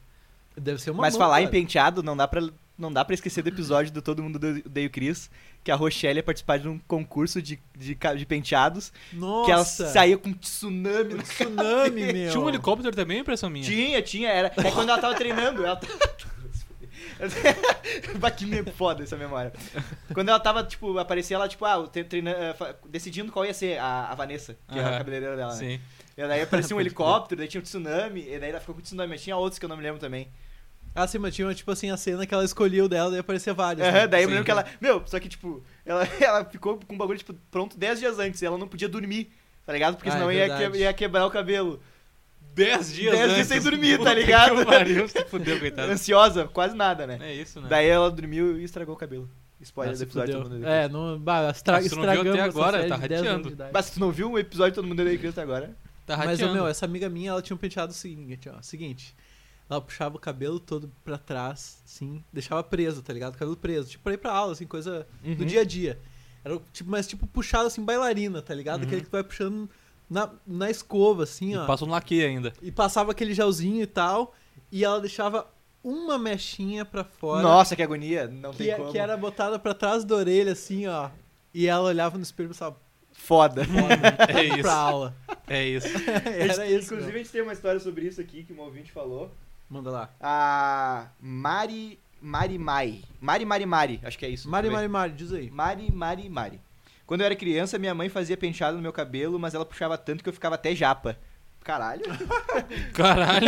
Deve ser uma Mas mão, falar em cara. penteado, não dá pra, não dá pra esquecer do episódio do Todo Mundo Odeia o Cris, que a Rochelle ia participar de um concurso de, de, ca- de penteados, Nossa, que ela saiu com um tsunami. um na- tsunami, meu. Tinha um helicóptero também, impressão minha. Tinha, tinha, era. É quando ela tava treinando, ela tava... Bah, que me- foda essa memória. Quando ela tava, tipo, aparecia ela, tipo, ah, tre- treina- eh, fa- decidindo qual ia ser a, a Vanessa, que era Aham. a cabeleireira dela. Né? Sim. E daí aparecia um helicóptero, daí tinha um tsunami, e daí ela ficou com tsunami, mas tinha outros que eu não me lembro também. Ah, sim, mas tinha, tipo assim, a cena que ela escolheu dela e aparecer várias. Aham, né? daí eu Sim. me lembro que ela. Meu, só que, tipo, ela, ela ficou com o bagulho, tipo, pronto 10 dias antes. E ela não podia dormir, tá ligado? Porque Ah, senão é ia, verdade. que- ia quebrar o cabelo. Dez dias 10 dias antes. sem dormir, Puta tá ligado? que pariu, se fudeu, coitado. Ansiosa, quase nada, né? É isso, né? Daí ela dormiu e estragou o cabelo. Ah, Spoiler do se episódio fudeu. Todo Mundo Odeia É, não, bah, estra... Se tu Ah, não viu até estragamos essa agora, série tá de 10 rateando. anos de idade. Cris. Mas se tu não viu o episódio de Todo Mundo Odeia Cris até agora? Tá Mas, ô, rateando. meu, essa amiga minha, ela tinha um penteado seguinte, ó. Seguinte. Ela puxava o cabelo todo pra trás, assim, deixava preso, tá ligado? Cabelo preso. Tipo, pra ir pra aula, assim, coisa Uhum. do dia a dia. Era o tipo, mas tipo puxado assim, bailarina, tá ligado? Uhum. Aquele que tu vai puxando na, na escova, assim, ó. E passa um laque ainda. E passava aquele gelzinho e tal. E ela deixava uma mechinha pra fora. Nossa, que agonia. Não que, tem é- como. que era botada pra trás da orelha, assim, ó. E ela olhava no espelho e pensava, Foda. foda, É isso. pra aula. É isso. Era isso. Inclusive, meu. a gente tem uma história sobre isso aqui que um ouvinte falou. Manda lá. A Mari. Mari Mai. Mari Mari Mari, acho que é isso. Mari, Também. Mari, Mari, diz aí. Mari, Mari, Mari. Quando eu era criança, minha mãe fazia penteado no meu cabelo, mas ela puxava tanto que eu ficava até japa. Caralho. Caralho.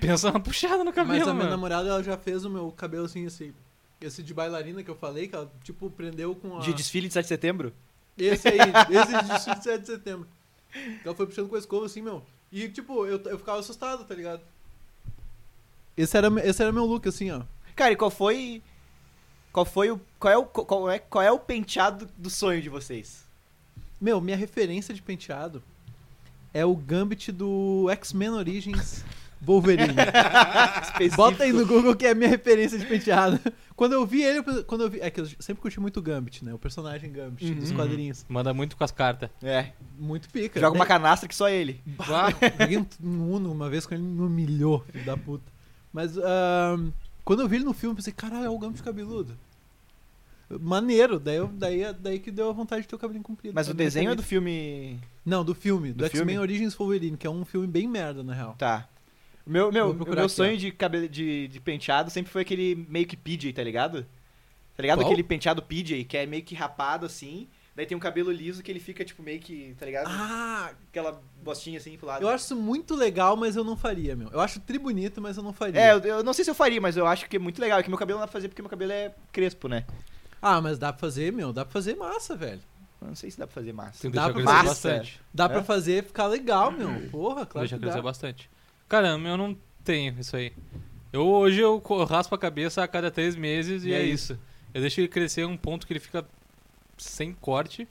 Pensa uma puxada no cabelo, Mas a minha mano. namorada, ela já fez o meu cabelo assim, esse, esse de bailarina que eu falei, que ela, tipo, prendeu com a... De desfile de 7 de setembro? Esse aí, esse de 27 de setembro. Ela foi puxando com a escova assim, meu. E, tipo, eu, eu ficava assustado, tá ligado? Esse era, esse era meu look, assim, ó. Cara, e qual foi. Qual foi o. Qual é o, qual é, qual é o penteado do sonho de vocês? Meu, minha referência de penteado é o Gambit do X-Men Origins Wolverine. Específico. Bota aí no Google que é a minha referência de penteado. Quando eu vi ele, eu pe- quando eu vi. É que eu sempre curti muito o Gambit, né? O personagem Gambit dos Uhum. quadrinhos. Manda muito com as cartas. É. Muito pica. Joga uma Daí- canastra que só é ele. Joguei um- um Uno uma vez com ele, me humilhou, filho da puta. Mas ahn, quando eu vi ele no filme, eu pensei, caralho, é o Gambit cabeludo. Maneiro, daí, eu- daí, daí que deu a vontade de ter o cabelinho comprido. Mas o É minha desenho é do referência. filme. Não, do filme, do, Do X-Men filme? Origins Wolverine, que é um filme bem merda, na real. Tá. O Meu, meu, Vou o procurar meu aqui, sonho de, cabelo, de, de penteado sempre foi aquele meio que PJ, tá ligado? Tá ligado? Qual? Aquele penteado PJ, que é meio que rapado assim, daí tem um cabelo liso que ele fica tipo meio que, tá ligado? Ah, Aquela bostinha assim pro lado. eu acho isso muito legal, mas eu não faria, meu. Eu acho tri bonito, mas eu não faria. É, eu, eu não sei se eu faria, mas eu acho que é muito legal. É que meu cabelo não dá pra fazer porque meu cabelo é crespo, né? Ah, mas dá pra fazer, meu. Dá pra fazer massa, velho. Eu não sei se dá pra fazer massa. Tem que Dá deixar pra crescer fazer bastante. Dá É? pra fazer ficar legal, meu. Porra, claro deixar que dá. crescer bastante. Cara, eu não tenho isso aí. Eu, hoje eu co- raspo a cabeça a cada três meses e, é isso. Eu deixo ele crescer um ponto que ele fica sem corte e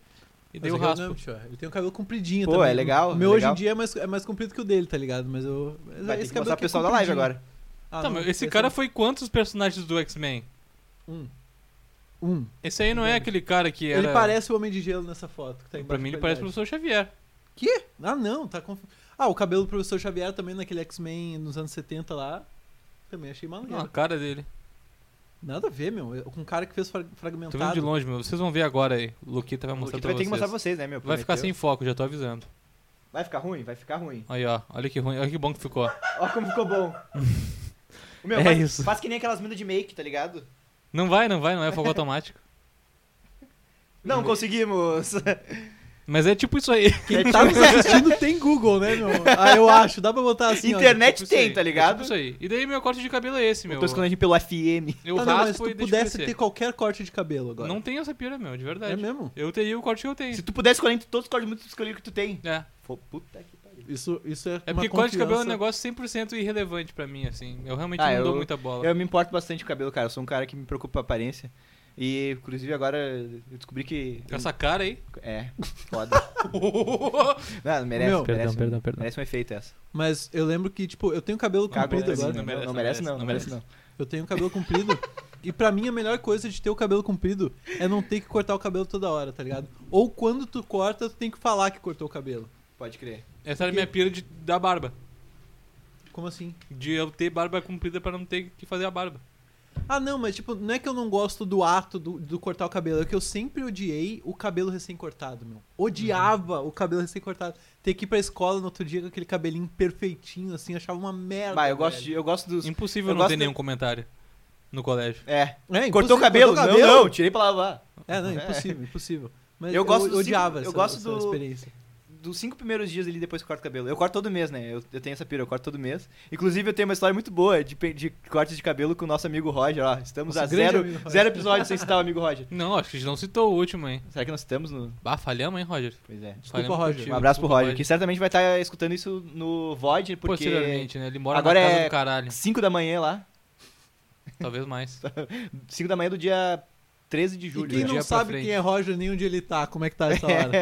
Mas dei o é que eu raspo. não, bicho, Ele tem um cabelo compridinho Pô, também. é legal, O meu é hoje em legal. dia é mais, é mais comprido que o dele, tá ligado? Mas eu... mas Vai ter esse cabelo que mostrar aqui pro é pessoal da live compridinho. agora. Ah, Tá, não, mas esse cara é foi quantos personagens do X-Men? Um. Um. Esse aí não é aquele cara que era... Ele parece o Homem de Gelo nessa foto. Que tá Pra embaixo mim da ele parece o qualidade. professor Xavier. Quê? Ah, não, tá conf... Ah, o cabelo do professor Xavier também naquele X-Men nos anos 70 lá. Também achei maneiro. Não, a cara dele. Nada a ver, meu. Com um cara que fez fra- Tô vendo fragmentado. de longe, meu. Vocês vão ver agora aí. O Luquita vai O mostrar Kito pra vai ter vocês. que mostrar pra vocês, né, meu? Vai ficar Prometeu. assim? sem foco, já tô avisando. Vai ficar ruim? Vai ficar ruim. Aí, ó. Olha que ruim, olha que bom que ficou. Ó como ficou bom. É O meu, É faz, isso. faz que nem aquelas minas de make, tá ligado? Não vai, não vai, não é fogo automático. Não conseguimos. Mas é tipo isso aí. Quem tá nos assistindo tem Google, né, meu? Ah, eu acho. Dá pra botar assim, ó. Internet Tipo isso tem, aí. tá É tipo ligado? isso aí. E daí meu corte de cabelo é esse, meu. Eu tô escondendo pelo FM. Eu Tá, não, mas se raspo tu e deixo pudesse crescer. ter qualquer corte de cabelo agora. Não tem essa pira, meu, de verdade. É mesmo? Eu teria o corte que eu tenho. Se tu pudesse escolher entre todos os códigos muito escolhidos que tu tem. É. Pô, puta que pariu. Isso, isso é É uma porque corte de cabelo é um confiança- negócio 100% irrelevante pra mim, assim. Eu realmente Ah, não dou eu- muita bola. Eu me importo bastante com o cabelo, cara. Eu sou um cara que me preocupa com a aparência. E, inclusive, agora eu descobri que... Com essa cara aí. É, foda. não, não Meu. merece, merece. Perdão, um- perdão, perdão. Merece um efeito essa. Mas eu lembro que, tipo, eu tenho cabelo Cabe, comprido merece, agora. não, né? merece, não merece, não. Não merece, não. Eu tenho cabelo comprido. e pra mim a melhor coisa de ter o cabelo comprido é não ter que cortar o cabelo toda hora, tá ligado? Ou quando tu corta, tu tem que falar que cortou o cabelo. Pode crer. Essa era a minha pira de, da barba. Como assim? De eu ter barba comprida pra não ter que fazer a barba. Ah, não, mas tipo, não é que eu não gosto do ato do, do cortar o cabelo, é que eu sempre odiei o cabelo recém-cortado, meu. Odiava o cabelo recém-cortado. Ter que ir pra escola no outro dia com aquele cabelinho perfeitinho, assim, achava uma merda. Vai, eu gosto, velho. de- eu gosto dos... Impossível Eu não gosto ter de- nenhum comentário no colégio. É. É, Cortou impossível, o cabelo? cortou Não, não. Tirei pra lavar. É, não, impossível, impossível. Mas Eu eu, gosto gosto do odiava simples- eu essa, gosto essa do- experiência. dos cinco primeiros dias ali depois que eu corto o cabelo. Eu corto todo mês, né? Eu, eu tenho essa pira, eu corto todo mês. Inclusive, eu tenho uma história muito boa de, pe- de cortes de cabelo com o nosso amigo Roger, ó. Estamos Nosso a grande zero, amigo Roger. zero episódios sem citar o amigo Roger. Não, acho que a gente não citou o último, hein? Será que nós estamos no. Bah, falhamos, hein, Roger? Pois é. Desculpa, Falhamos Roger. contigo, Um abraço pro desculpa, Roger, que certamente vai estar escutando isso no VOD, porque. Posteriormente, né? Ele mora agora na casa é- do caralho. 5 da manhã lá. Talvez mais. 5 da manhã do dia 13 de E julho. quem do né? não dia pra sabe frente. quem é Roger nem onde ele tá, como é que tá essa hora?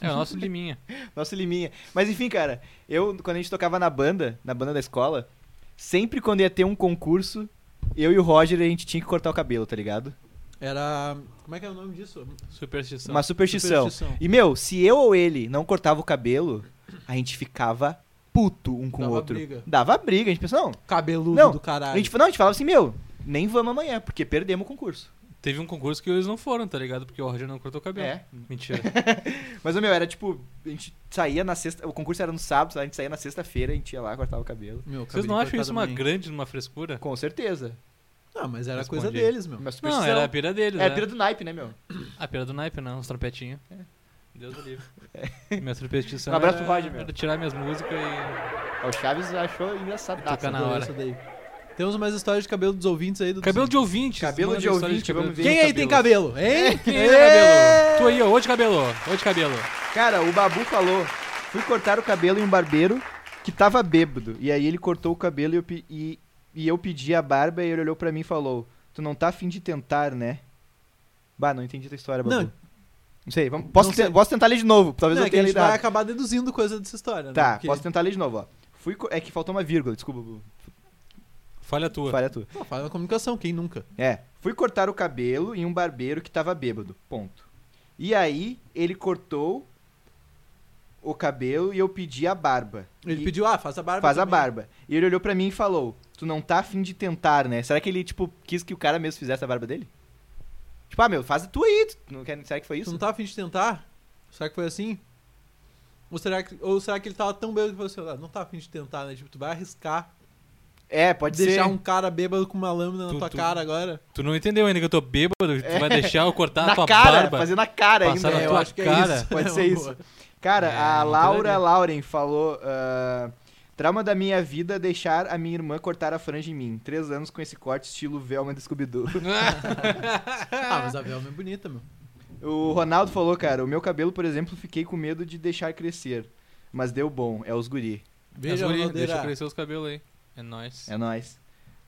É o nosso liminha. Nosso liminha. Mas enfim, cara, eu, quando a gente tocava na banda, na banda da escola, sempre quando ia ter um concurso, eu e o Roger a gente tinha que cortar o cabelo, tá ligado? Era. Como é que é o nome disso? Superstição. Uma superstição. E, meu, se eu ou ele não cortava o cabelo, a gente ficava puto um com o Dava outro. briga. Dava briga. A gente pensou, não. Cabeludo Não, do caralho. A gente, não, a gente falava assim, meu, nem vamos amanhã, porque perdemos o concurso. Teve um concurso que eles não foram, tá ligado? Porque o Roger não cortou o cabelo. É. Mentira. Mas, meu, era tipo, a gente saía na sexta. O concurso era no sábado, a gente saía na sexta-feira, a gente ia lá, cortava o cabelo. Meu, Vocês cabelinho não acham cortado isso uma também. grande, uma frescura? Com certeza. Não, mas era Responde coisa aí. deles, meu. Uma Não, superstição. era a pira deles, Era né? é um a pira do naipe, né, meu? A pira do naipe, não. Os trompetinhos. Deus do livro. Minha superstição Um abraço era, pro Roger, meu. era tirar minhas músicas e... O Chaves achou engraçado. Ah, Tocar na Adorei hora. essa daí. Temos mais histórias de cabelo dos ouvintes aí do Cabelo de ouvinte. Cabelo manda de história ouvinte, cabelo vamos de ver. Quem aí tem cabelo? Hein? Quem aí tem É. cabelo? Tu aí, ó. Ô de cabelo. Ô de cabelo. Cara, o Babu falou: fui cortar o cabelo em um barbeiro que tava bêbado. E aí ele cortou o cabelo e eu, pe- e, e eu pedi a barba e ele olhou pra mim e falou: Tu não tá afim de tentar, né? Bah, não entendi a tua história, Babu. Não, Não, sei, vamos, posso, não sei. te- posso tentar ler de novo, talvez não, eu é que tenha a gente lido. vai acabar deduzindo coisa dessa história, né? Tá, Porque- posso tentar ler de novo, ó. Fui co- É que faltou uma vírgula, desculpa, Babu. Falha tua. Falha tua. Pô, fala na comunicação, quem nunca? É, fui cortar o cabelo em um barbeiro que tava bêbado. Ponto. E aí ele cortou o cabelo e eu pedi a barba. Ele E- pediu, ah, faz a barba. Faz a também. barba. E ele olhou pra mim e falou: Tu não tá afim de tentar, né? Será que ele, tipo, quis que o cara mesmo fizesse a barba dele? Tipo, ah, meu, faz a tua aí. Tu não quer... Será que foi Tu é isso? não tá afim de tentar? Será que foi assim? Ou será que, ou será que ele tava tão bêbado que ele falou assim, ah, não tá afim de tentar, né? Tipo, tu vai arriscar É, pode Deixar ser. um cara bêbado com uma lâmina Tu- na tua tu- cara agora. Tu não entendeu ainda que eu tô bêbado? Tu vai deixar eu cortar a É. na tua cara, barba? fazer na cara Passar ainda. na É, eu tua acho que cara. é isso. Pode É ser uma isso. boa. Cara, É, a não Laura entraria. Lauren falou: ah, Trauma da minha vida deixar a minha irmã cortar a franja em mim. Três anos com esse corte estilo é Velma do Scooby-Doo. Ah, mas a Velma é bonita, meu. O Ronaldo falou, cara, o meu cabelo, por exemplo, fiquei com medo de deixar crescer. Mas deu bom, é os guri. Mas, Veja a guri, deixa bandeira. crescer os cabelos aí. É nóis. É nóis.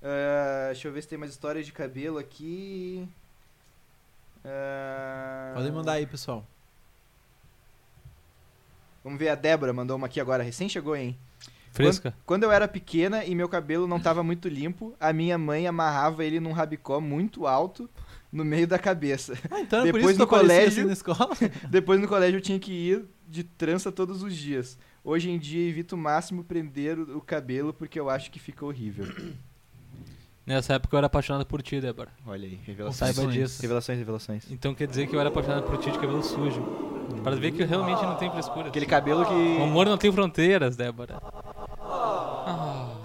Ah, deixa eu ver se tem mais histórias de cabelo aqui. Ah, Podem mandar aí, pessoal. Vamos ver, a Débora mandou uma aqui agora, recém chegou, hein? Fresca. Quando eu era pequena e meu cabelo não tava muito limpo, a minha mãe amarrava ele num rabicó muito alto no meio da cabeça. Ah, então é por isso Depois que eu do colégio... colégio- assim na escola? Depois no colégio eu tinha que ir de trança todos os dias. Hoje em dia evito o máximo prender o o cabelo porque eu acho que fica horrível. Nessa época eu era apaixonado por ti, Débora. Olha aí, revelações. Saiba disso. Revelações, revelações. Então quer dizer que eu era apaixonado por ti de cabelo sujo. Pra ver que realmente não tem frescura. Aquele cabelo O que. amor não tem fronteiras, Débora. Ah.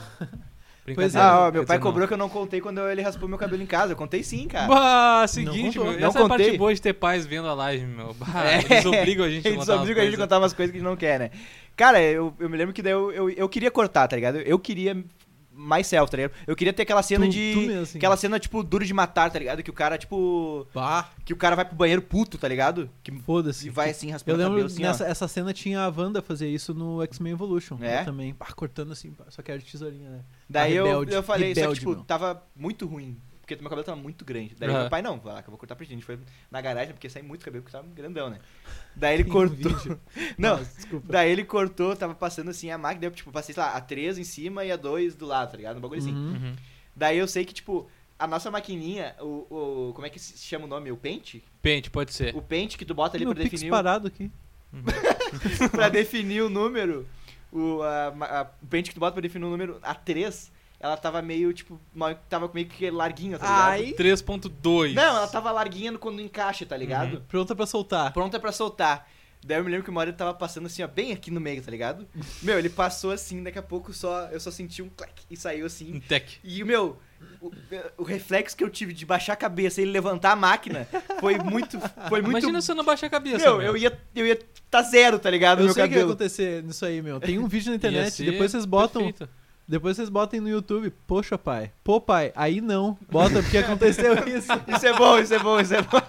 Pois é. né? Ah, ó, meu pai cobrou que eu não contei quando ele raspou meu cabelo em casa. Eu contei sim, cara. Bah, é seguinte, Não contou. meu, Não essa é a contei. É. parte boa de ter pais vendo a live, meu. Bah, Eles obrigam a gente a Eles contar umas obrigam a gente coisas. a contar umas coisas que a gente não quer, né? Cara, eu, eu me lembro que daí eu, eu, eu queria cortar, tá ligado? Eu queria myself, tá ligado? Eu queria ter aquela cena Tu- de. tu mesmo, assim. Aquela cena, tipo, duro de matar, tá ligado? Que o cara, tipo. Bah, Que o cara vai pro banheiro puto, tá ligado? Que foda-se. e vai assim, raspando Eu o cabelo lembro assim, nessa ó. essa cena tinha a Wanda fazer isso no X-Men Evolution. É? ela Também, pá, cortando assim, pá, só que era de tesourinha, né? Daí eu, rebelde, eu falei, só que, rebelde, tipo, meu. tava muito ruim. Porque meu cabelo tava muito grande. Daí Aham. meu pai, não, vai lá que eu vou cortar pra gente. A gente foi na garagem, porque sai muito cabelo, porque tava grandão, né? Daí ele Tem um cortou. vídeo. não, Nossa, desculpa. Daí ele cortou, tava passando assim a máquina, daí eu, tipo, passei, sei lá, a 3 em cima e a 2 do lado, tá ligado? Um bagulho assim. Uhum. Uhum. Daí eu sei que, tipo, a nossa maquininha, o, o- Como é que se chama o nome? O pente? Pente, pode ser. O pente É. que tu bota ali Meu pra pix definir, o- parado aqui. pra definir o número. O, a ma- a- o pente que tu bota pra definir o número, a 3, ela tava meio, tipo, mal- tava meio que larguinha, tá ligado? 3.2. Não, ela tá tava larguinha no- quando encaixa, tá ligado? Pronta pra soltar. pronta é pra soltar. Daí eu me lembro que o Mario tava passando assim, ó, bem aqui no meio, tá ligado? Meu, ele passou assim, daqui a pouco só eu só senti um clac e saiu assim. Um tec. E meu, o, o reflexo que eu tive de baixar a cabeça e levantar a máquina foi muito foi muito Imagina se eu não baixar a cabeça, Meu, eu ia eu ia tá zero, tá ligado? Eu meu sei o que ia cabelo. acontecer nisso aí, meu. Tem um vídeo na Ia internet, ser depois vocês botam. perfeito. Depois vocês botem no YouTube. Poxa, pai. Pô, pai, aí não. Bota porque aconteceu isso. Isso é bom, isso é bom, isso é bom.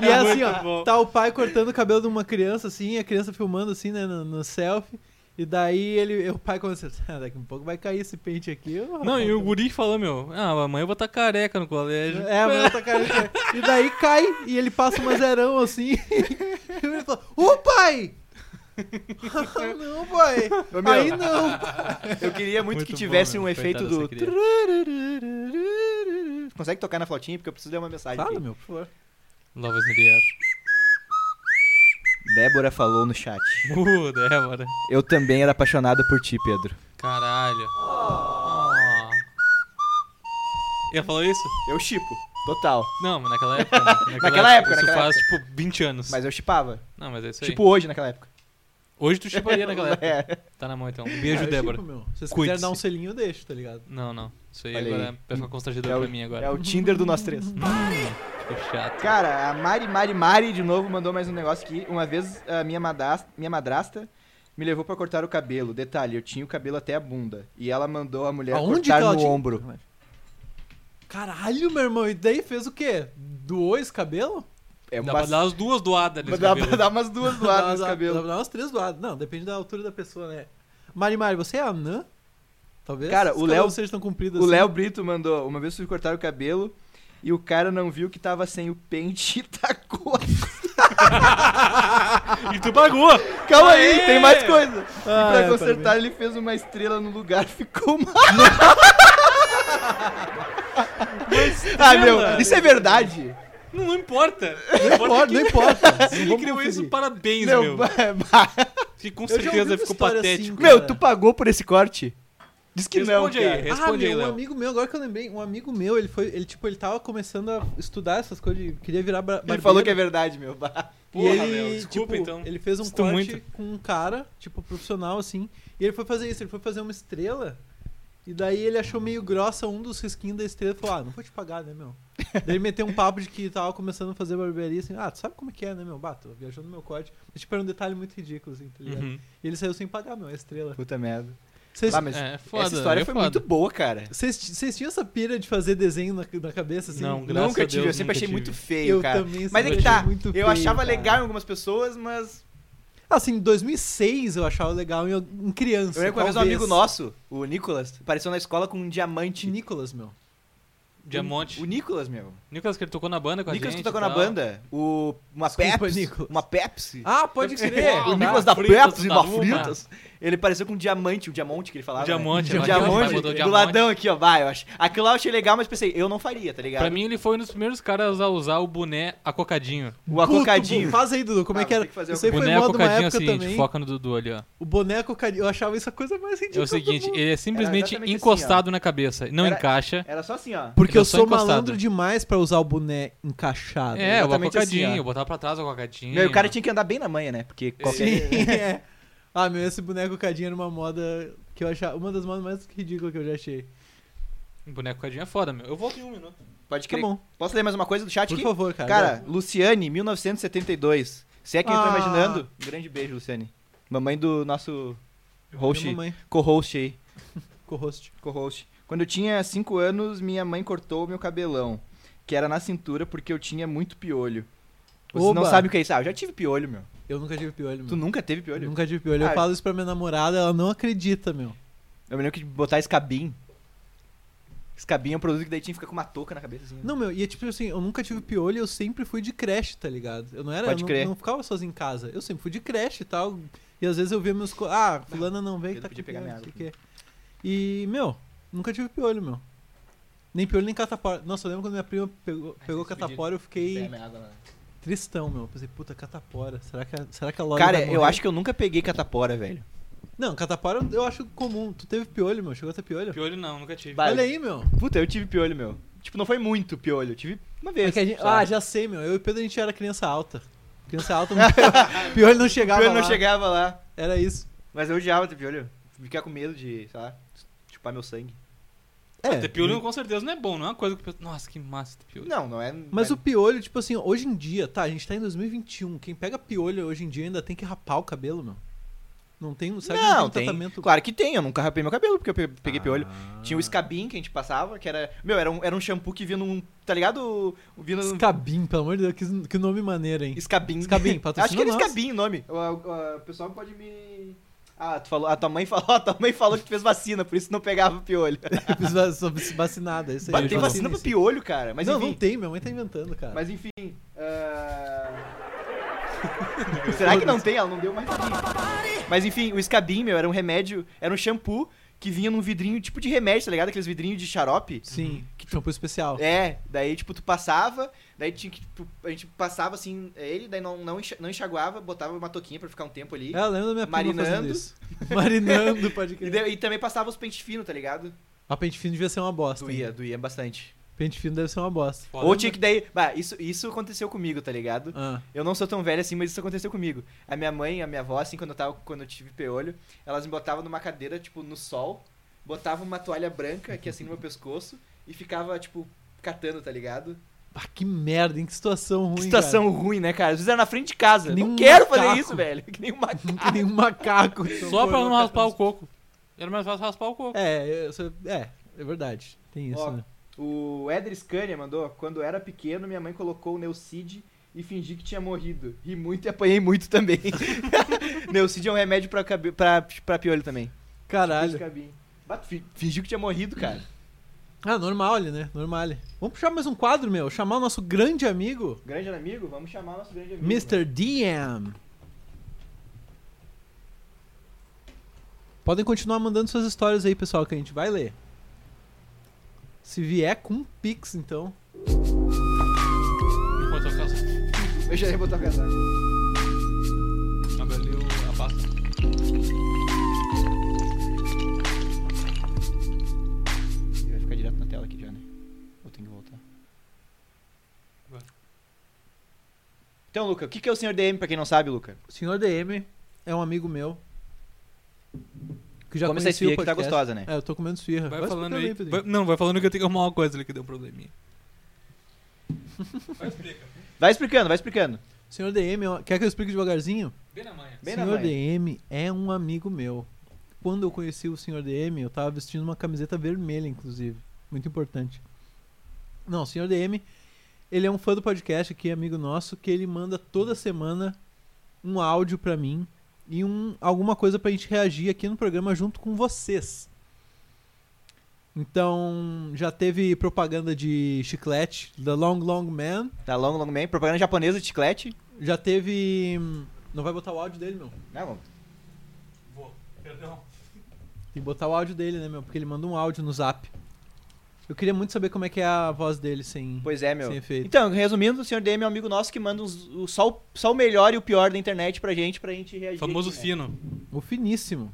E, e é assim, ó, tá o pai cortando o cabelo de uma criança, assim, a criança filmando, assim, né, no, no selfie. E daí ele, o pai começa, ah, daqui a pouco vai cair esse pente aqui. ó." Não, e o guri falou, meu, ah, amanhã eu vou estar careca no colégio. É, a mulher tá caindo. E daí cai, e ele passa um zerão, assim. e ele fala, ô pai! Ah, não, pai! Ô, meu, Aí não! Eu queria muito, Muito que bom, tivesse meu. um efeito Coitada do dessa criança. trurururururu. Consegue tocar na flautinha porque eu preciso dar uma mensagem. Fala, aqui. meu, por favor. Lovas no the air. Débora falou no chat. Uh, Débora. Eu também era apaixonada por ti, Pedro. Caralho. Ah. Ia falar isso? Eu chipo, total. Não, mas naquela época. né? Naquela época, Isso naquela faz, tipo, 20 anos. Mas eu chipava. Não, mas é isso aí. Tipo hoje naquela época. Hoje tu chiparia nagalera. É. Tá na mão então. Um beijo, Ah, eu Débora. chipo, meu. Se vocês Cuide-se. quiserem dar um selinho, eu deixo, tá ligado? Não, não. Isso aí Olha agora aí. vai ficar constrangedor É o- pra mim agora. É o Tinder do nós três. Hum, que chato. Cara, a Mari Mari Mari de novo mandou mais um negócio aqui. Uma vez a minha madrasta, minha madrasta me levou pra cortar o cabelo. Detalhe, eu tinha o cabelo até a bunda. E ela mandou a mulher É cortar no tinha- ombro. Caralho, meu irmão, e daí fez o quê? Doou esse cabelo? É Dá pra uma dar as duas doadas nesse Dá cabelo. pra dar umas duas doadas nesse Dá- Dá, cabelo. dá umas três doadas. Não, depende da altura da pessoa, né? Mari Mari, você é anã? Talvez. Cara, esses o Léo- cabelos sejam tão compridos O assim. Léo Brito mandou, uma vez fui cortar o cabelo e o cara não viu que tava sem o pente e tacou. E tu pagou! Calma aí, Aê! tem mais coisa. Ah, e pra é, consertar, parabéns. ele fez uma estrela no lugar, ficou mal. ah, meu, isso é verdade. Não importa. Não importa. Não importa. quem- Ele criou isso, parabéns, Não, meu. bah- bah. Que com já ouvi certeza uma ficou história assim, patético. cara. meu, tu pagou por esse corte? Diz que Responde não, aí, cara. Ah, responde aí, meu, um Léo. amigo meu, agora que eu lembrei, um amigo meu, ele foi, ele tipo, ele tava começando a estudar essas coisas, de- queria virar ba- Ele barbeiro. falou que é verdade, meu. bah. Porra, e ele, Léo, desculpa, tipo, então. ele fez um Sinto corte muito. com um cara, tipo, profissional, assim, e ele foi fazer isso, ele foi fazer uma estrela E daí ele achou meio grossa um dos risquinhos da estrela e falou: Ah, não vou te pagar, né, meu? daí ele meteu um papo de que tava começando a fazer barbearia assim: Ah, tu sabe como é que é, né, meu? Bato, viajou no meu código. Mas, tipo, era um detalhe muito ridículo, assim, tá ligado? Uhum. E ele saiu sem pagar, meu, a estrela. Puta merda. Vocês Ah, mas É, foda. Essa história é foi foda. muito boa, cara. vocês ti- vocês tinham essa pira de fazer desenho na, na cabeça, assim? Não, graças Nunca a tive, Deus, eu sempre nunca achei tive. muito feio, Eu cara. também mas é sempre que tá, achei muito eu feio, achava cara. legal em algumas pessoas, mas. Assim, em 2006 eu achava legal em, em criança. Eu lembro que uma vez um talvez. amigo nosso, o Nicolas, apareceu na escola com um diamante. Nicolas, meu. Diamante. O Nicolas, meu. Nicolas que ele tocou na banda com a Nicolas gente. que e tocou na tal. banda. O, uma Desculpa, Pepsi. Nicolas. Uma Pepsi. Ah, pode crer. Uau, o Nicolas da Fritas, Pepsi, da uma Luma. Fritas. Ele pareceu com um diamante, o diamante que ele falava. né? Diamante, Um ela diamante, botou do diamante. ladão aqui, ó. Vai, eu acho. Aquilo lá eu achei legal, mas pensei, eu não faria, tá ligado? Pra mim, ele foi um dos primeiros caras a usar o boné acocadinho. o Puto, acocadinho. Faz aí, Dudu, como Ah, é que vou era? ter que fazer Isso aí foi boné moda uma acocadinho é o época seguinte, também. foca no Dudu ali, ó. O boneco cocadinho, eu achava isso a coisa mais ridícula. É o seguinte, do mundo. ele é simplesmente exatamente assim, encostado na cabeça. Não Era- encaixa. Era só assim, ó. Porque ele é eu só sou encostado. malandro demais pra usar o boné encaixado. né? É, o exatamente assim, acocadinho. ó. botar pra trás o acocadinho. Meu, o cara tinha que andar bem na manha, né? Porque qualquer. Sim, é. Ah, meu, esse boneco cocadinho era uma moda que eu achava. Uma das modas mais ridículas que eu já achei. O boneco acocadinho é foda, meu. Eu volto em um minuto. Pode Tá crer. bom, Posso ler mais uma coisa do chat por aqui? favor, cara. Cara, Luciane, 1972. Se é quem eu tô Ah. imaginando, um grande beijo, Luciane. Mamãe do nosso Minha host, mamãe, co-host aí. co-host. Co-host. Quando eu tinha 5 anos, minha mãe cortou o meu cabelão, que era na cintura porque eu tinha muito piolho. Você não Oba. sabe o que é isso. Ah, eu já tive piolho, meu. Eu nunca tive piolho, Tu meu. nunca teve piolho? Nunca tive piolho. Eu Ah, falo isso pra minha namorada, ela não acredita, meu. Eu me lembro que botar escabim. Escabim é um produto que daí tinha que ficar com uma touca na cabeça. Assim. Não, meu, e é tipo assim, eu nunca tive piolho, eu sempre fui de creche, tá ligado? Eu não era, Pode eu não, crer. não ficava sozinho em casa. Eu sempre fui de creche e tal. E às vezes eu via meus. co- Ah, fulana não veio, Eu tá podia com pegar piolho, minha não sei o quê. E, meu, nunca tive piolho, meu. Nem piolho, nem catapora. Nossa, eu lembro quando minha prima pegou, pegou se catapora, eu Pega fiquei minha água lá. tristão, meu. Pensei, puta, catapora. Será que, a- será que a loja. Cara, vai eu morrer? acho que eu nunca peguei catapora, velho. Não, catapora eu acho comum. Tu teve piolho, meu. Chegou a ter piolho? Piolho não, nunca tive. Vai. Olha aí, meu. Puta, eu tive piolho, meu. Tipo, não foi muito piolho. Eu tive uma vez. É que a gente- só. ah, já sei, meu. Eu e o Pedro a gente era criança alta. Criança alta, não... piolho não chegava. piolho não lá. chegava lá. Era isso. Mas eu odiava ter piolho. Ficar com medo de, sei lá, chupar meu sangue. Ah, É, Ter piolho com certeza não é bom, não é uma coisa que... pensa, Nossa, que massa ter piolho. Não, não é. Mas é- o piolho, tipo assim, hoje em dia, tá? A gente tá em 2021. Quem pega piolho hoje em dia ainda tem que rapar o cabelo, meu. Não tem, sabe? que Não, tem tem. um tratamento. Claro que tem, eu nunca rapei meu cabelo porque eu pe- peguei piolho. Ah. Tinha o escabim que a gente passava, que era. Meu, era um, era um shampoo que vinha num. Tá ligado? Vinha num. Escabim, pelo amor de Deus, que, que nome maneiro, hein? Escabim. Escabim, patrocina Acho que era nós. escabim o nome. O, o- o pessoal pode me. Ah, tu falou. A tua mãe falou, a tua mãe falou que tu fez vacina, por isso não pegava piolho. Sobre vacinada, isso aí. Bah, tem Vacina vacina pra isso. piolho, cara. Mas não, enfim. não tem, minha mãe tá inventando, cara. Mas enfim. é, ah, Será que não tem? Ela não deu mais. Mas enfim, o escabim, meu, era um remédio, era um shampoo que vinha num vidrinho tipo de remédio, tá ligado? Aqueles vidrinhos de xarope. Sim, que shampoo especial. É, daí tipo, tu passava, daí tinha que. tu- a gente passava assim, ele, daí não, não, enxa- não enxaguava, botava uma toquinha pra ficar um tempo ali. É, eu lembro da minha prima fazendo Marinando. isso. Marinando, pode E, crer. daí- e também passava os pentes finos, tá ligado? A pente fino devia ser uma bosta. Doía, hein? doía bastante. Pente fino deve ser uma bosta. Foda. Ou tinha que daí. Bah, isso, isso aconteceu comigo, tá ligado? Ah, Eu não sou tão velho assim, mas isso aconteceu comigo. A minha mãe, a minha avó, assim, quando eu, tava, quando eu tive peolho, elas me botavam numa cadeira, tipo, no sol, botavam uma toalha branca aqui, assim, no meu pescoço, e ficava, tipo, catando, tá ligado? Ah, que merda, hein? Que situação ruim. que cara. situação ruim, né, cara? Às vezes era na frente de casa. Que nem não um quero fazer macaco. isso, velho. Que nem um macaco. que nem um macaco. Só pra não raspar o coco. Era mais fácil raspar o coco. É, eu sou- é, é verdade. Tem isso, Ó, né? O Eder Scania mandou, quando era pequeno, minha mãe colocou o Neucid e fingi que tinha morrido. Ri muito e apanhei muito também. Neucid é um remédio pra, cabe- pra, pra piolho também. Caralho. Escabinho. Bah, tu fi- Fingiu que tinha morrido, cara. Ah, normal ali, né? Normal. ali. Vamos puxar mais um quadro, meu. Chamar o nosso grande amigo, Grande amigo? Vamos chamar nosso grande amigo. Mr. DM. Podem continuar mandando suas histórias aí, pessoal, que a gente vai ler. Se vier com um pix, então. Pode tocar essa- Eu já ia botar o casaco. Abre ali o- a pasta. Ele vai ficar direto na tela aqui já, né? Ou tem que voltar. Vai. Então, Luca, o que que é o Sr. DM, pra quem não sabe, Luca? O senhor DM é um amigo meu. que já Come essa conhecia o esfirra que tá podcast. gostosa, né? É, eu tô comendo esfirra. Vai Vai falando explicando aí. Pedrinho. vai- não, vai falando que eu tenho que arrumar uma coisa ali que deu um probleminha. Vai explica. Vai explicando, vai explicando. Senhor DM, ó, quer que eu explique devagarzinho? Bem na manhã. Bem na Senhor manhã. DM é um amigo meu. Quando eu conheci o Senhor DM, eu tava vestindo uma camiseta vermelha, inclusive. Muito importante. Não, o Senhor DM, ele é um fã do podcast aqui, amigo nosso, que ele manda toda semana um áudio pra mim e um, alguma coisa pra gente reagir aqui no programa junto com vocês. Então, já teve propaganda de chiclete, The Long Long Man. Tá long, long man. Propaganda japonesa de chiclete. Já teve. hum, Não vai botar o áudio dele, meu? Não, Vou. Perdão. Tem que botar o áudio dele, né, meu? Porque ele manda um áudio no zap. Eu queria muito saber como é que é a voz dele sem. pois é, meu. Sem efeito. Então, resumindo, o senhor DM é um amigo nosso que manda uns- o- só, o, só o melhor e o pior da internet pra gente, pra gente reagir. Famoso aqui, né? fino. O finíssimo.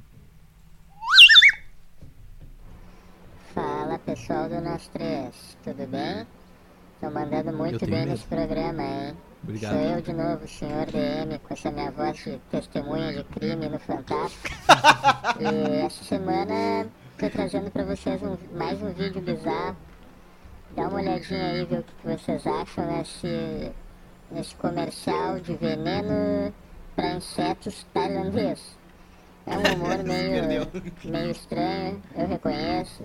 Fala pessoal do Nós Três, tudo bem? Tô mandando muito tenho bem medo. nesse programa, hein? Obrigado. Sou eu de novo, senhor DM, com essa minha voz de testemunha de crime no Fantástico. e essa semana tô trazendo pra vocês um- mais um vídeo bizarro. Dá uma olhadinha aí, ver o que que vocês acham nesse, nesse comercial de veneno pra insetos tailandês. É um humor meio, meio estranho, eu reconheço.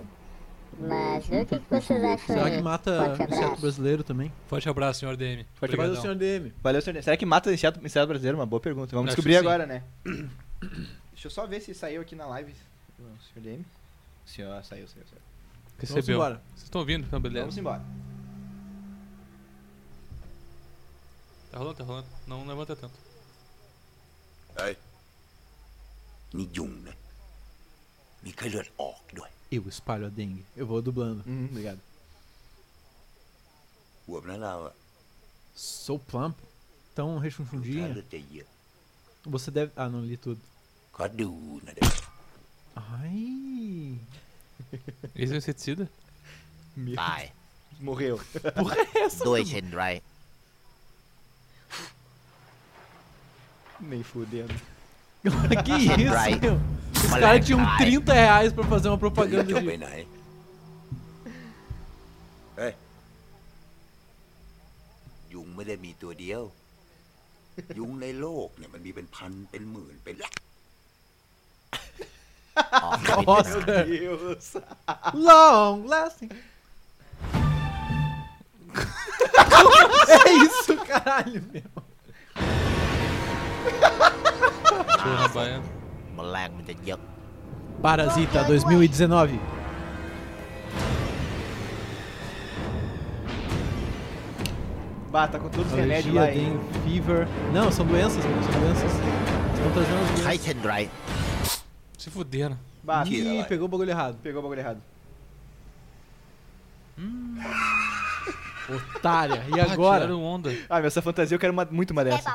Mas vê o que, que vocês acham Será aí. que mata Forte inseto abraço. brasileiro também? Forte abraço, senhor DM. Forte Vai Obrigadão. do senhor DM. Valeu, senhor DM. Será que mata inseto, inseto brasileiro? Uma boa pergunta. Vamos Acho descobrir que sim. agora, né? Deixa eu só ver se saiu aqui na live. O senhor DM? Senhor, saiu, saiu, saiu. Vamos Recebeu. embora. Vocês estão ouvindo? Então, beleza. Vamos embora. Tá rolando, tá rolando. Não levanta tanto. เฮ้ยนี่ยุงนะ มีไข้เลือดออกด้วย Eu espalho a dengue. Eu vou dublando. Hum, obrigado. อวบนะเราอะ Sou plump. Tão ไข้เลื rechonchudinha. อดจะเยอะ Você deve. Ah, não li tudo. ขอดูหนะเด็ก Ai. Esse é o inseticida? ตาย Morreu. ด้วยเช่นไร Nem fudendo. que isso, Right. meu? Os Moleque, caras tinham vai. 30 um reais pra fazer uma เลือด propaganda จะไป de. ไหน เฮ้ย ยุงไม่ได้มีตัวเดียว ยุงในโลกเนี่ยมันมีเป็นพันเป็นหมื่นเป็นล้าน Oscar. Deus. Long lasting. é isso, caralho, meu. โชว์na baia. แมลงมันจะเยอะ Parasita 2019. Bata tá com todos os remédios Alergia, lá. hein? dengue, fever. Não, são doenças, meu, são doenças. Estão trazendo as ใช้ doenças. เช่นไร Se fuder, né? Bah, Ih. Ih, Mentira, pegou o bagulho errado. pegou o bagulho errado. Otária. E Ah, agora? tiraram onda. Ah, meu, essa fantasia eu quero uma- muito uma dessa.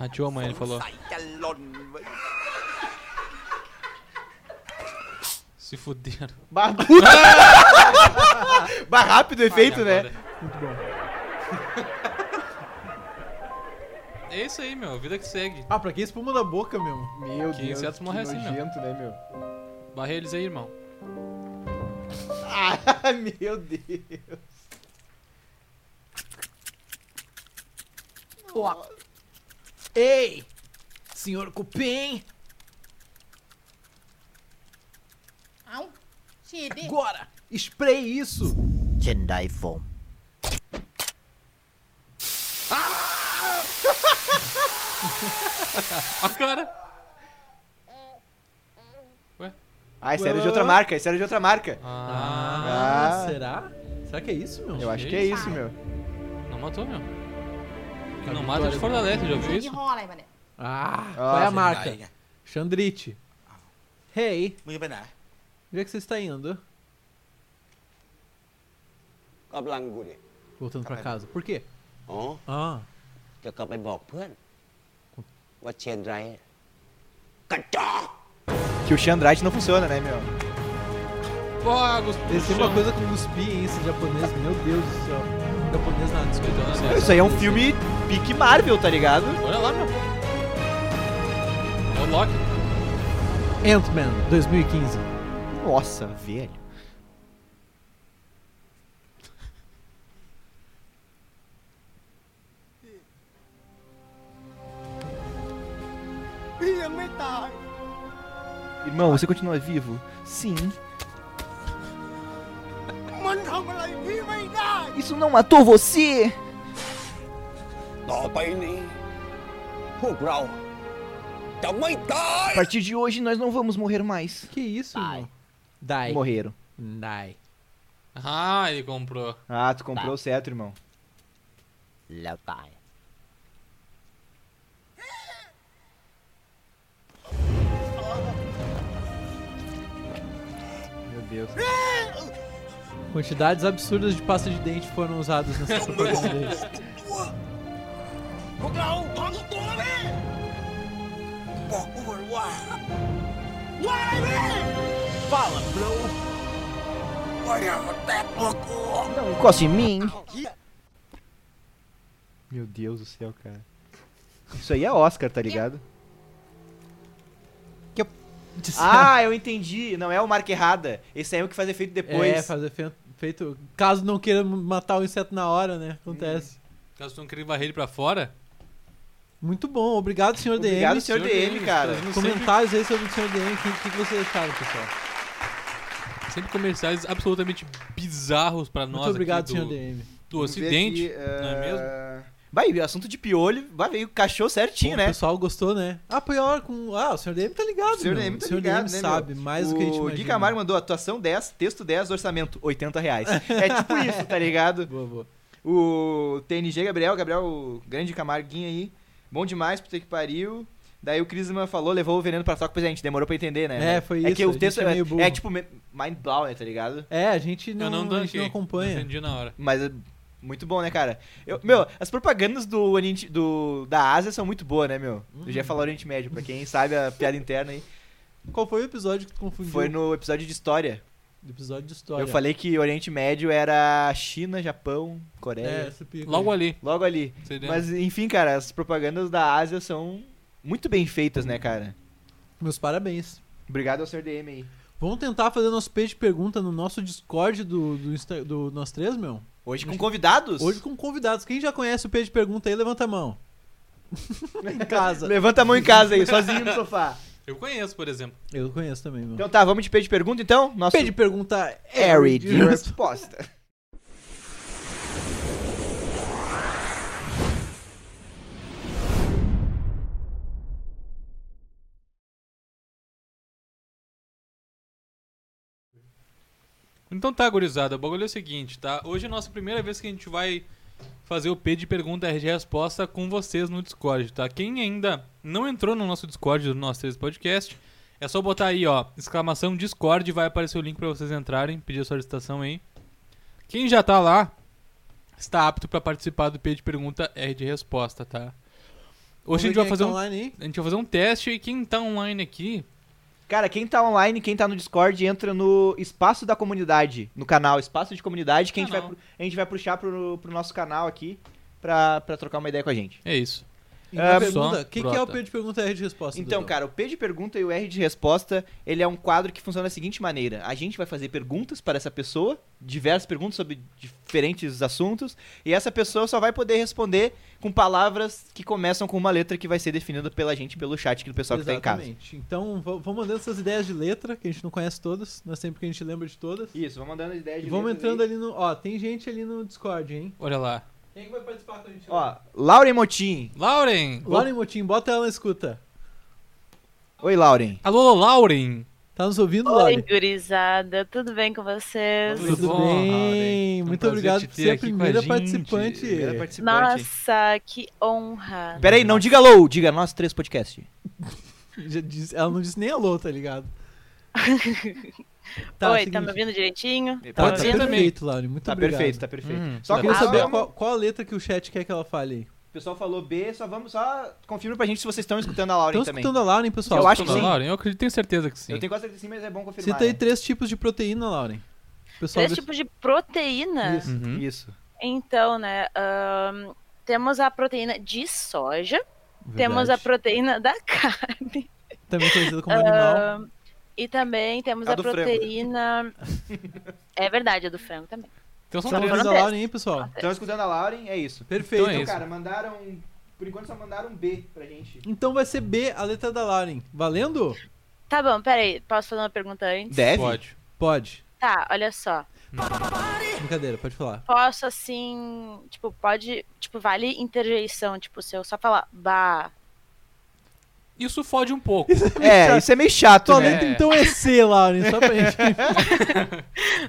Rateou a mãe, ele falou. ใส่จะหล่นไว้ Se fuder. Bah, puta! bah, rápido o efeito, né? Muito bom. É isso aí, meu. Vida que segue. Ah, pra que espuma da boca, meu? Meu Que Deus, insetos que morrem assim, meu. nojento, né, meu? Barre eles aí, irmão. Ah, meu Deus. Ei! Senhor Cupim, Au! Cede! agora! Spray isso! เช่นไรโฟม A Ah, cara! Ué? Ah, esse era de outra marca, esse era de outra marca. Ah, Ah, Ah. será? Será que é isso, meu? Eu acho que é isso, meu. não matou, meu. Que Tá não mata de né? fortalece, já viu ยี่ isso? ห้ออะไรมาเนี่ย Ah, Ah, qual é a você marca? ไง Chandrite. Hey, มึงจะไปไหน onde é que você está indo? กำลังกูดิ Voltando pra casa. Por quê? อ๋อ Ah, จะกลับไปบอกเพื่อน ว่าเชนไรกระจอก Que o Xandrate não funciona, né, meu? Fogos, eles têm uma coisa com cuspir, hein, esse japonês. Meu Deus do céu. Japonês nada, né? desculpa. Isso aí é um filme pique Marvel, tá ligado? Olha lá, meu. É o Loki. Ant-Man 2015. Nossa, velho. ยังไม่ตาย Irmão, você continua vivo? Sim. มันทำอะไรพี่ไม่ได้ Isso não matou você? ต่อไปนี้ พวกเรา จะไม่ตาย A partir de hoje nós não vamos morrer mais. Que isso, irmão? Die. Morreram. Die. Ah, ele comprou. Ah, tu comprou o cetro, irmão. แล้วตาย Meu Deus. Quantidades absurdas de pasta de dente foram usadas nessa propaganda deles. พวกเราพังตัวแม่บอกกูก่อนว่า ว่าอะไรแม่ Fala, bro อย่ามาแตะตัวกู Não encosta em mim. Meu Deus do céu, cara. Isso aí é Oscar, tá ligado? Ah, eu entendi. Não é o marca errada. Esse aí é o que faz efeito depois. É, fazer fe- feito. Caso não queira matar o inseto na hora, né? Acontece. Caso tu não queria varrer ele pra fora, Muito bom, obrigado, senhor Obrigado, DM. senhor Senhor DM, DM, cara. senhor. Comentários aí sobre o senhor DM, o que, o que vocês acharam, pessoal? sempre comerciais absolutamente bizarros pra nós Muito obrigado, aqui senhor do, DM. do Ocidente, não é mesmo? Ah, Vai, o assunto de piolho, vai, veio o cachorro certinho, Bom, O né? pessoal gostou, né? Ah, pior com. Ah, o senhor DM tá ligado, O senhor meu. DM tá O senhor ligado, DM né, sabe mais do que a gente o imagina. Gui Camargo mandou atuação 10, texto 10, orçamento 80 reais. É tipo isso, tá ligado? Boa, boa. O TNG Gabriel, Gabriel, o grande Camarguinho aí. Bom demais, puta que pariu. Daí o Crisman falou, levou o veneno pra toca, pois é, a gente demorou pra entender, né? É, foi É isso, que a o gente texto é é, meio burro. é tipo me- mind blown, né, tá ligado? É, a gente não, eu não a gente dançei. não acompanha. Entendi na hora. Mas é muito bom, né, cara? Eu- meu, as propagandas do, Oriente- do da Ásia são muito boas, né, meu? Eu já ia falar Oriente Médio, pra quem sabe a piada interna aí. Qual foi o episódio que tu confundiu? Foi no episódio de história. Do episódio de história. Eu falei que Oriente Médio era China, Japão, É, Coreia. essa pica. Logo ali. Logo ali. Você lembra? Mas enfim, cara, as propagandas da Ásia são muito bem feitas, né, cara? Meus parabéns. Obrigado ao Sr. DM aí. Vamos tentar fazer nosso page de pergunta no nosso Discord do, do, Insta- do Nós Três, meu? Hoje com convidados? Hoje com convidados. Quem já conhece o page de pergunta aí, levanta a mão. em casa. Levanta a mão em casa aí, sozinho no sofá. Eu conheço, por exemplo. Eu conheço também, meu. Então tá, vamos de page pergunta então? Nosso Page de pergunta é Harry de Reed. resposta. Então tá, gurizada, o bagulho é o seguinte, tá? Hoje é a nossa primeira vez que a gente vai fazer o P de pergunta RG resposta com vocês no Discord, tá? Quem ainda não entrou no nosso Discord do nosso três podcast, é só botar aí, ó, exclamação Discord, vai aparecer o link pra vocês entrarem, pedir a solicitação aí. Quem já tá lá está apto pra participar do P de pergunta RG resposta, tá? Hoje a é gente vai fazer um, tá online aí. a gente vai fazer um teste e quem tá online aqui, Cara, quem tá online, quem tá no Discord, entra no espaço da comunidade, no canal Espaço de Comunidade, que a gente, vai, Canal. pu- a gente vai puxar pro, pro nosso canal aqui pra, pra trocar uma ideia com a gente. é isso. E uma Ah, pergunta, só o que, que é o brota. page de pergunta e a de resposta? Então, Dudu? cara, o P de pergunta e o R de resposta, ele é um quadro que funciona da seguinte maneira. A gente vai fazer perguntas para essa pessoa, diversas perguntas sobre diferentes assuntos, e essa pessoa só vai poder responder com palavras que começam com uma letra que vai ser definida pela gente, pelo chat aqui do pessoal que tá em casa. Exatamente. Então, v- vamos mandando essas ideias de letra, que a gente não conhece todas, não é sempre que a gente lembra de todas. Isso, vamos mandando ideia de E vamos letras aí. entrando ali no. Ó, tem gente ali no Discord, hein? Olha lá. Quem vai participar com a gente? Ó, Ó, Lauren Motin. Lauren! Lauren Motim, bota ela na escuta. Oi, Lauren. Alô, Lauren! Tá nos ouvindo, Oi, Lauren? gurizada, tudo bem com vocês? Tudo Tudo bom, bem? Lauren? Um Muito prazer obrigado te por ter ser a aqui com a primeira gente. participante. Primeira participante. Nossa, que honra! Peraí, não diga alô, diga nós três podcast. Já disse- ela não disse nem alô, tá ligado? Oi, seguinte. tá me ouvindo direitinho? Tá, Tá tá me ser ouvindo? perfeito, Lauren. Muito Tá obrigado. perfeito, tá perfeito. Hum, só Só queria que legal. saber Ah, qual, qual a letra que o chat quer que ela fale aí. O pessoal falou B, só vamos só confirma pra gente se vocês estão escutando a Lauren Estão também. escutando a Lauren, pessoal? Eu acho que Não, sim. Lauren, eu acredito, tenho certeza que sim. tá Eu tenho quase certeza que sim, mas é bom confirmar. Cita aí né? três tipos de proteína, Lauren. Pessoal, Três vê- tipos de proteína? Isso. Uhum. Isso. Então, né, ahn, temos a proteína de soja, temos a Verdade. proteína da carne também conhecida como animal. Ahn, e também temos A a, do frango. proteína. é verdade, a do frango também. Então são São três. três foram da dez. Lauren, hein, pessoal? Ah. Então, escutando a Lauren, é isso. Perfeito. Então é Então, isso. cara, mandaram. Por enquanto só mandaram B pra gente. Então vai ser B, a letra da Lauren. Valendo? Tá bom, peraí, posso fazer uma pergunta antes? Deve? Pode. Pode. Tá, olha só. Brincadeira, pode falar. Posso assim, tipo, pode, tipo, vale interjeição, tipo, se eu só falar bah, Isso fode um pouco. É, isso é meio chato, Tua né? letra então é C, Lauren, só pra gente.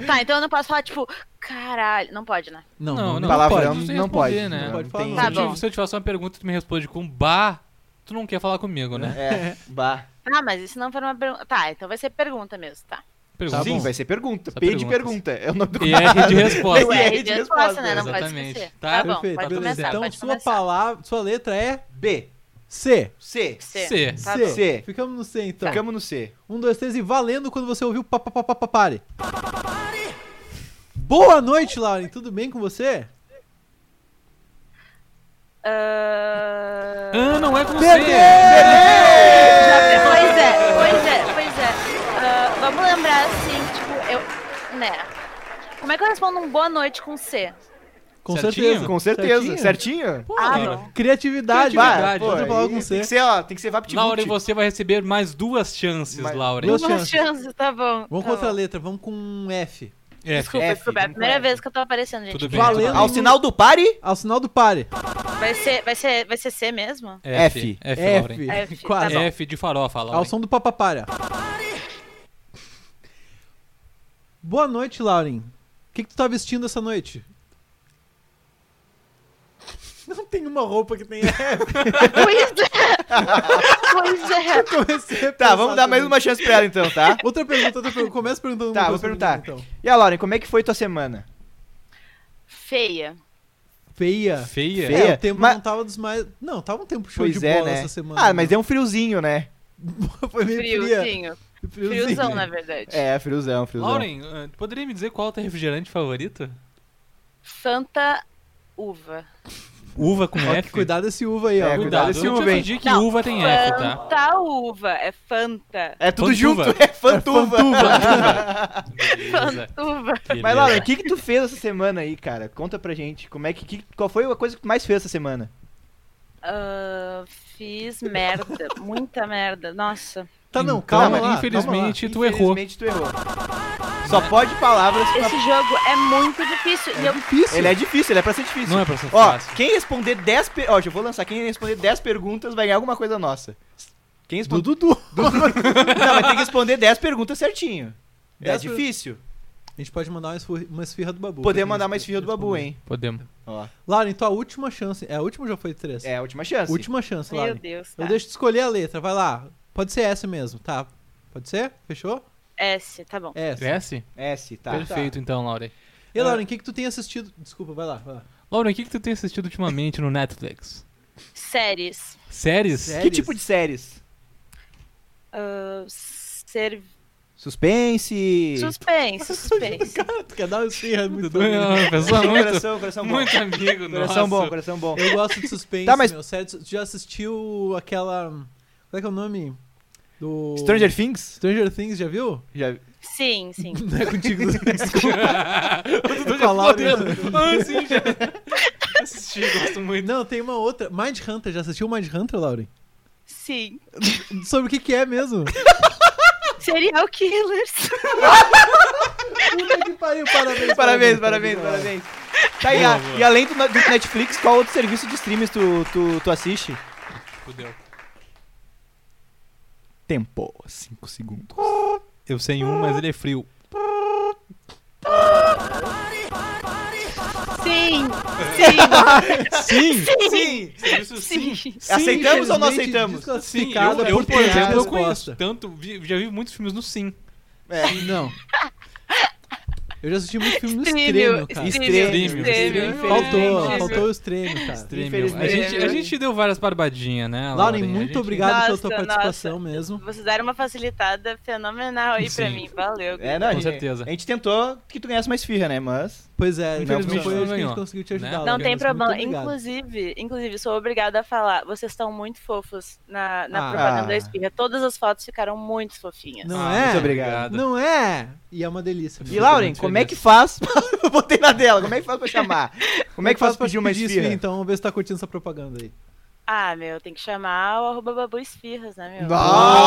Tá, então eu não posso falar, tipo, caralho. Não pode, né? Não, Não, não. Palavrão pode. não pode. Responder, né? Não pode falar, tem- não. Tá se, eu bom. te, se eu te faço uma pergunta e tu me responde com bah, tu não quer falar comigo, né? É, bah. Ah, mas isso não foi uma pergunta. Tá, então vai ser pergunta mesmo, tá? Pergunta. É. Sim, vai ser pergunta. Só P de perguntas. pergunta. É o nome do E R de resposta. O R de de resposta, resposta, né? Não pode exatamente. esquecer. Tá, Tá, bom, Perfeito, pode beleza. começar, então pode sua começar. palavra, sua letra é B. C. C. C. C. Tá C. bom. Tá. C. Ficamos no C então. Ficamos no C. Um, dois, três e valendo quando você ouviu papapapapare. Boa noite, Lauren. Tudo bem com você? Ah, Ah, não é com C. Pois é, pois é, pois é. Ah, vamos lembrar assim, tipo, eu. Né? Como é que eu respondo um boa noite com C? Com Certinho? certeza. Com certeza. Certinho? Certinho? Pô, Ah, Laura. não. Criatividade, Bah, pô, Outra palavra com aí C. Tem que ser, ó, tem que ser Vapt Laura, você vai receber mais duas chances, Mas- Laura. Duas Duas chances. chances, tá bom. Vamos tá com outra bom. letra, vamos com um F. É, Desculpa, F, desculpa. É a vamos com primeira F. vez que eu tô aparecendo, gente. tudo bem. Valendo. tudo Ao sinal do pare? Ao sinal do pare. Desculpa. Vai ser, vai ser, vai ser C mesmo? bem. F. F. F, Laura. F. F, tá Quase. bom. F de farofa, Ao Laura. som do papapara. Boa noite, Lauren. O que, que tu tá vestindo essa noite? Não tem uma roupa que tenha. Pois é. pois é. Comecei a Tá, pensar vamos dar mais também. uma chance pra ela então, tá? Outra pergunta, outra pergunta. Começa perguntando uma Tá, vou coisa sobre perguntar. mim, então. E a Lauren, como é que foi tua semana? Feia. Feia. Feia. Feia. É, o tempo Mas- não tava dos mais. Não, tava um tempo show Pois de é, bola né? essa semana. Ah, mas né? deu um friozinho, né? Foi meio fria. Friozinho. Friozão, né? na verdade. É, friozão, friozão. Lauren, ah, tu poderia me dizer qual é o teu refrigerante favorito? Fanta uva. Uva com Ó, que F? É cuidado desse uva aí, ó. É, Cuidado. cuidado Eu desse te uva, hein? aprendi que Não, uva tem F, tá? Fanta uva. É Fanta. É tudo Fantuva. junto, é fantuva. Beleza. Uva. Mas, Lauren, o Beleza. que que tu fez essa semana aí, cara? Conta pra gente. Como é que, que- qual foi a coisa que tu mais fez essa semana? Ah, fiz merda. Muita merda. Nossa. Tá, não, Então, calma. lá, Infelizmente, tu errou. Infelizmente, tu errou. Só pode palavras. pra- Esse jogo é muito difícil. E eu calma lá. Difícil. Ele é difícil, ele é pra ser difícil. Não é pra ser Ó, fácil. quem responder 10 per... Ó, já vou lançar. Quem responder 10 perguntas vai ganhar alguma coisa nossa. Quem do responder. Dudu. Não, mas tem que responder 10 perguntas certinho. É Dez per- difícil. A gente pode mandar uma esfurri- uma esfirra do babu. tá? Poder mandar mais filha do babu, hein? Podemos. Ó, Lauren, então a última chance. É, a última já foi três. é a última chance. última chance, Meu Lauren. Deus. Eu tá. deixo de escolher a letra, vai lá. Pode ser essa mesmo, tá? Pode ser? Fechou? É S, tá bom. Essa. S? S, tá. Perfeito, então, Lauren. E Lauren, o que, que tu tem assistido? Desculpa, vai lá. Vai lá. Lauren, o que, que tu tem assistido ultimamente no Netflix? Séries. Séries? Séries? Que tipo de séries? Ah, ser... Suspense. Suspense, suspense. Cara, tu quer dar uma esfirra muito Dudu é uma pessoa muito, Coração, coração bom. muito amigo Coração nosso. bom, coração bom. Eu gosto de suspense, Tá, mas- meu. Sério, tu já assistiu aquela... Qual é que é o nome? Do... Stranger Things? Stranger Things, já viu? Já... Sim, sim. Não é contigo, desculpa. Dudu Com a já Laura. fodendo. Ah, sim, já. Assisti, gosto muito. Não, tem uma outra. Mind Hunter, já assistiu Mind Hunter, Lauren? Sim. Sobre o que que é mesmo? Serial killers. Puta que pariu, parabéns. Parabéns, parabéns, Lauren. parabéns. Tá, e, Boa, a- boa. e além do, do Netflix, qual outro serviço de streams tu, tu, tu assiste? Fudeu. Tempo. 5 segundos. Eu sei um, mas ele é frio. Sim, sim, Sim! Sim! Isso sim! sim. Aceitamos ou não Infelizmente, aceitamos? Sim, desclassificado eu, é eu, por por exemplo, eu resposta. conheço tanto, vi- já vi muitos filmes no sim. É. Não. Eu já assisti muito filme no Estrêmio, extremo, cara. estrêmio, Estrêmio, estrêmio. Faltou, estrêmio. faltou o extremo, cara. A Infelizmente. gente, a gente deu várias barbadinhas, né, Lauren? Lauren, muito A gente- obrigado pela tua Nossa, participação mesmo. Vocês deram uma facilitada fenomenal aí pra Sim. mim. Valeu. É, não, Com a gente- certeza. A gente tentou que tu ganhasse mais firra, né? Mas. Pois é, Infelizmente, não foi hoje que não a gente ganhou, conseguiu te né? ajudar. Não Laura, tem mas problema. muito obrigado. Inclusive, inclusive, sou obrigada a falar. Vocês estão muito fofos na, na Ah. propaganda da espirra. Todas as fotos ficaram muito fofinhas. Não Ah, é? muito obrigado. Não é? E é uma delícia. E Lauren, como é que faz? eu botei na dela, como é que faz pra chamar? Como, é que faz pra pedir uma isso esfirra? aí, então? Vamos ver se tá curtindo essa propaganda aí. Ah, meu, tem que chamar o arroba babu esfirras, né, meu? Ah!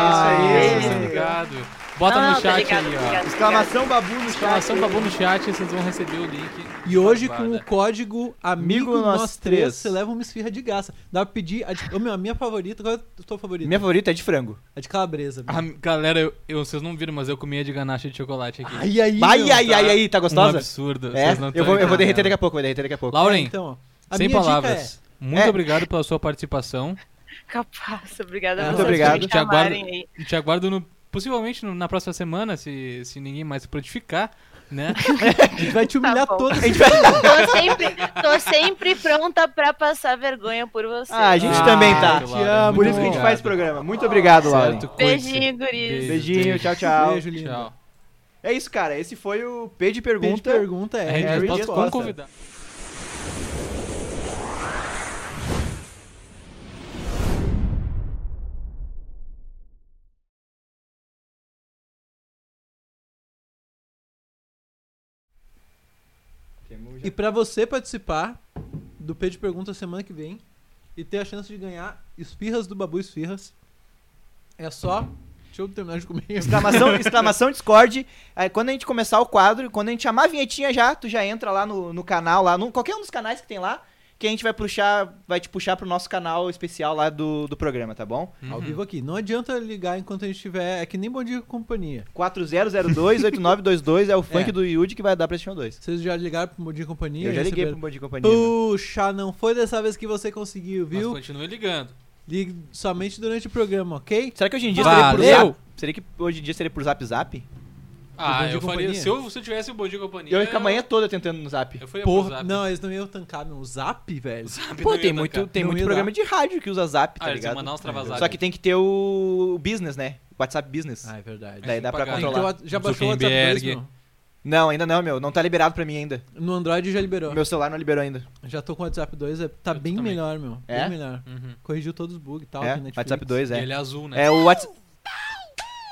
É isso isso. aí, obrigado. Bota Não, no não, chat obrigada, aí, ó. obrigada, Exclamação babu no Exclamação chat. babu no chat, vocês vão receber o link. E hoje, com Barbada. o código Amigo, Amigo Nós Nós, três, Três. você leva uma esfirra de graça. Dá pra pedir. A, de- Ô, meu, a minha favorita, qual é a tua favorita? Minha favorita é de frango. A de calabresa. Ah, galera, eu, eu- vocês não viram, mas eu comia de ganache de chocolate aqui. Ai, ai, Ai, meu. ai, ai, ai, tá Um gostosa? absurdo. é, vocês não tão eu vou, eu vou entendendo. derreter daqui a pouco, vou derreter daqui a pouco. É, Lauren, então, ó. A sem minha dica palavras. Muito É. obrigado pela sua participação. Capaz, obrigada Muito a vocês por obrigado. me Te aguardo. chamarem aí. E te aguardo no- possivelmente no- na próxima semana, se, se ninguém mais se prontificar, né? é, a gente vai te humilhar bom. todas. Tô sempre, tô sempre pronta pra passar vergonha por vocês. Ah, a gente Ah, também tá. te Te amo. amo. Por isso que a gente Obrigado. faz esse programa. Muito obrigado, Lauren. Tá Certo? Cuide-se. Beijinho, guris. Beijinho, tchau, tchau. Beijo, lindo. Tchau. É isso, cara. Esse foi o P de Pergunta, Pergunta. pergunta É, é. a gente Harry resposta Dias com Costa. convidado. É. E pra você participar do P de Pergunta semana que vem e ter a chance de ganhar esfirras do Babu Esfirras, é só. Deixa eu terminar de comer. Exclamação, exclamação Discord. Aí, quando a gente começar o quadro, quando a gente chamar a vinhetinha já, tu já entra lá no, no canal, lá, no, qualquer um dos canais que tem lá, que a gente vai puxar, vai te puxar pro nosso canal especial lá do, do programa, tá bom? Ao Uhum. vivo aqui. Não adianta ligar enquanto a gente estiver. É que nem bom dia com companhia. 4002-8922 é o funk É. do Yudi que vai dar PlayStation 2. Vocês já ligaram pro Bom Dia e Companhia? Eu já liguei pro receberam? Bom de Companhia. né? Puxa, não foi dessa vez que você conseguiu, Mas viu? continue ligando. Ligue somente durante o programa, ok? Será que hoje em dia seria por Valeu! zap? Seria que hoje em dia seria por zap zap? Bom Ah, Dia eu faria. Companhia. Se eu, se eu tivesse o Bom Dia e Companhia. Eu ia ficar a manhã toda tentando no zap. Eu faria pro Porra, Zap. não, eles não iam tancar, meu. O Zap, velho. Zap não Pô, ia tem tancar. muito, tem Não muito ia programa dar. de rádio que usa zap, tá Ah, eles iam ligado? mandar uns travasados. Só que tem que ter o business, né? WhatsApp Business. Ah, é verdade. Daí dá pra pagar. Tem que ter controlar. o Whats- já baixou o WhatsApp Zuckerberg. 2, meu? Não, ainda não, meu. Não tá liberado pra mim ainda. No Android já liberou. Meu celular não liberou ainda. Já tô com o WhatsApp 2, é- tá Eu bem também. melhor, meu. É? Bem melhor. Uhum. Corrigiu todos os bugs e tal. é, aqui na Netflix. WhatsApp 2, é. Ele é azul, né? É o WhatsApp.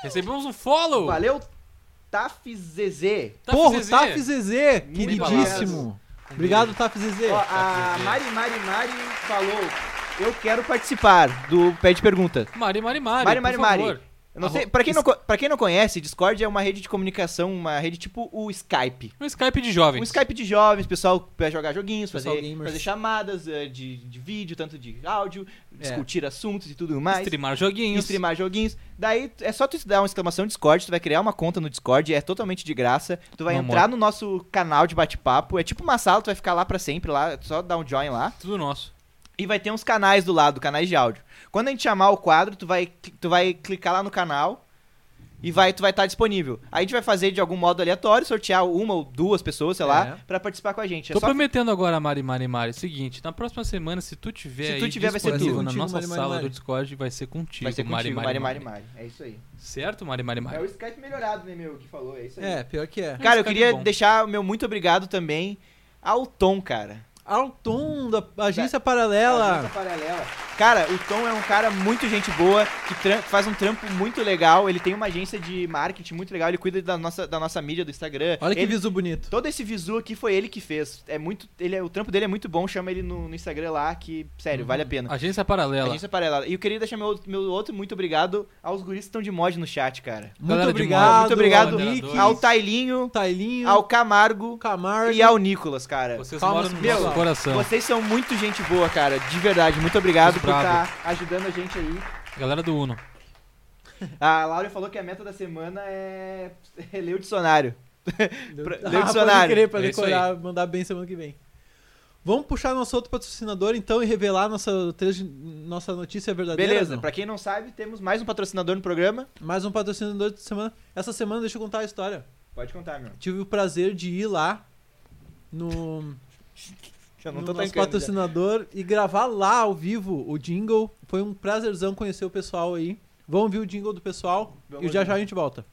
Recebemos um follow! Tá, Valeu, tá, TafZZ. Taf Porra, Zezé. Taf Zezé, Muito queridíssimo. Obrigado, Taf Zezé. Ó, a Mari Mari Mari falou: Eu quero participar do Pé de Pergunta. Mari, Mari, Mari. Mari, por Mari, favor. Mari. Eu não Tá Arro- sei, pra, quem não, co- pra quem não conhece, Discord é uma rede de comunicação, uma rede tipo o Skype. Um Skype de jovens. Um Skype de jovens, pessoal pra jogar joguinhos, Pessoal fazer, gamers. fazer chamadas eh, de, de vídeo, tanto de áudio, É. discutir assuntos e tudo mais. Streamar joguinhos. streamar joguinhos. Daí é só tu dar uma exclamação Discord, tu vai criar uma conta no Discord, é totalmente de graça. Tu vai Não entrar no nosso canal de bate-papo, é tipo uma sala, tu vai ficar lá pra sempre lá, é só dar um join lá. Tudo nosso. E vai ter uns canais do lado, canais de áudio. Quando a gente chamar o quadro, tu vai, tu vai clicar lá no canal e vai, tu vai estar disponível. Aí a gente vai fazer de algum modo aleatório, sortear uma ou duas pessoas, sei lá, É. pra participar com a gente. É Tô só- prometendo agora, Mari, Mari, Mari. Seguinte, na próxima semana, se tu tiver Se tu aí tiver, vai ser tu. disponível na Contigo, nossa Mari, Mari, sala Mari. do Discord, vai ser contigo, Vai ser Mari, contigo, Mari, Mari, É isso aí. Certo, Mari, Mari, Mari? É o Skype melhorado, né, meu, que falou, é isso aí. É, pior que é. Cara, eu Skype queria bom. deixar o meu muito obrigado também ao Tom, cara. Ao tom da Agência A agência Paralela. paralela. Cara, o Tom é um cara muito gente boa, que tram- faz um trampo muito legal. Ele tem uma agência de marketing muito legal, ele cuida da nossa, da nossa mídia, do Instagram. Olha que ele, visu bonito. Todo esse visu aqui foi ele que fez. É muito, ele é, o trampo dele é muito bom, chama ele no, no Instagram lá, que, sério, vale a pena. Agência é Paralela. Agência Paralela. E eu queria deixar meu, meu outro muito obrigado aos guris que estão de mod no chat, cara. Muito Galera de obrigado. moda. Muito obrigado ao Nick, Ao Tailinho, Tailinho, ao Camargo Camargo. e ao Nicolas, cara. Vocês Calma, moram no meu, nosso coração. Então. Vocês são muito gente boa, cara. De verdade, muito obrigado Muito por estar brabo. ajudando a gente aí. Galera do Uno. A Laura falou que a meta da semana é, é ler o dicionário. Pra- Ah, ler o pode dicionário. crer, pra É isso decorar, mandar bem semana que vem. Vamos puxar nosso outro patrocinador, então, e revelar nossa, três- nossa notícia verdadeira. Beleza, não? pra quem não sabe, temos mais um patrocinador no programa. Mais um patrocinador de semana. Essa semana, deixa eu contar a história. Pode contar, meu. Tive o prazer de ir lá no, Eu não no nosso tô né? tancando. já. patrocinador e gravar lá ao vivo o jingle. Foi um prazerzão conhecer o pessoal aí. Vamos ver o jingle do pessoal Vamos e já lá. já a gente volta.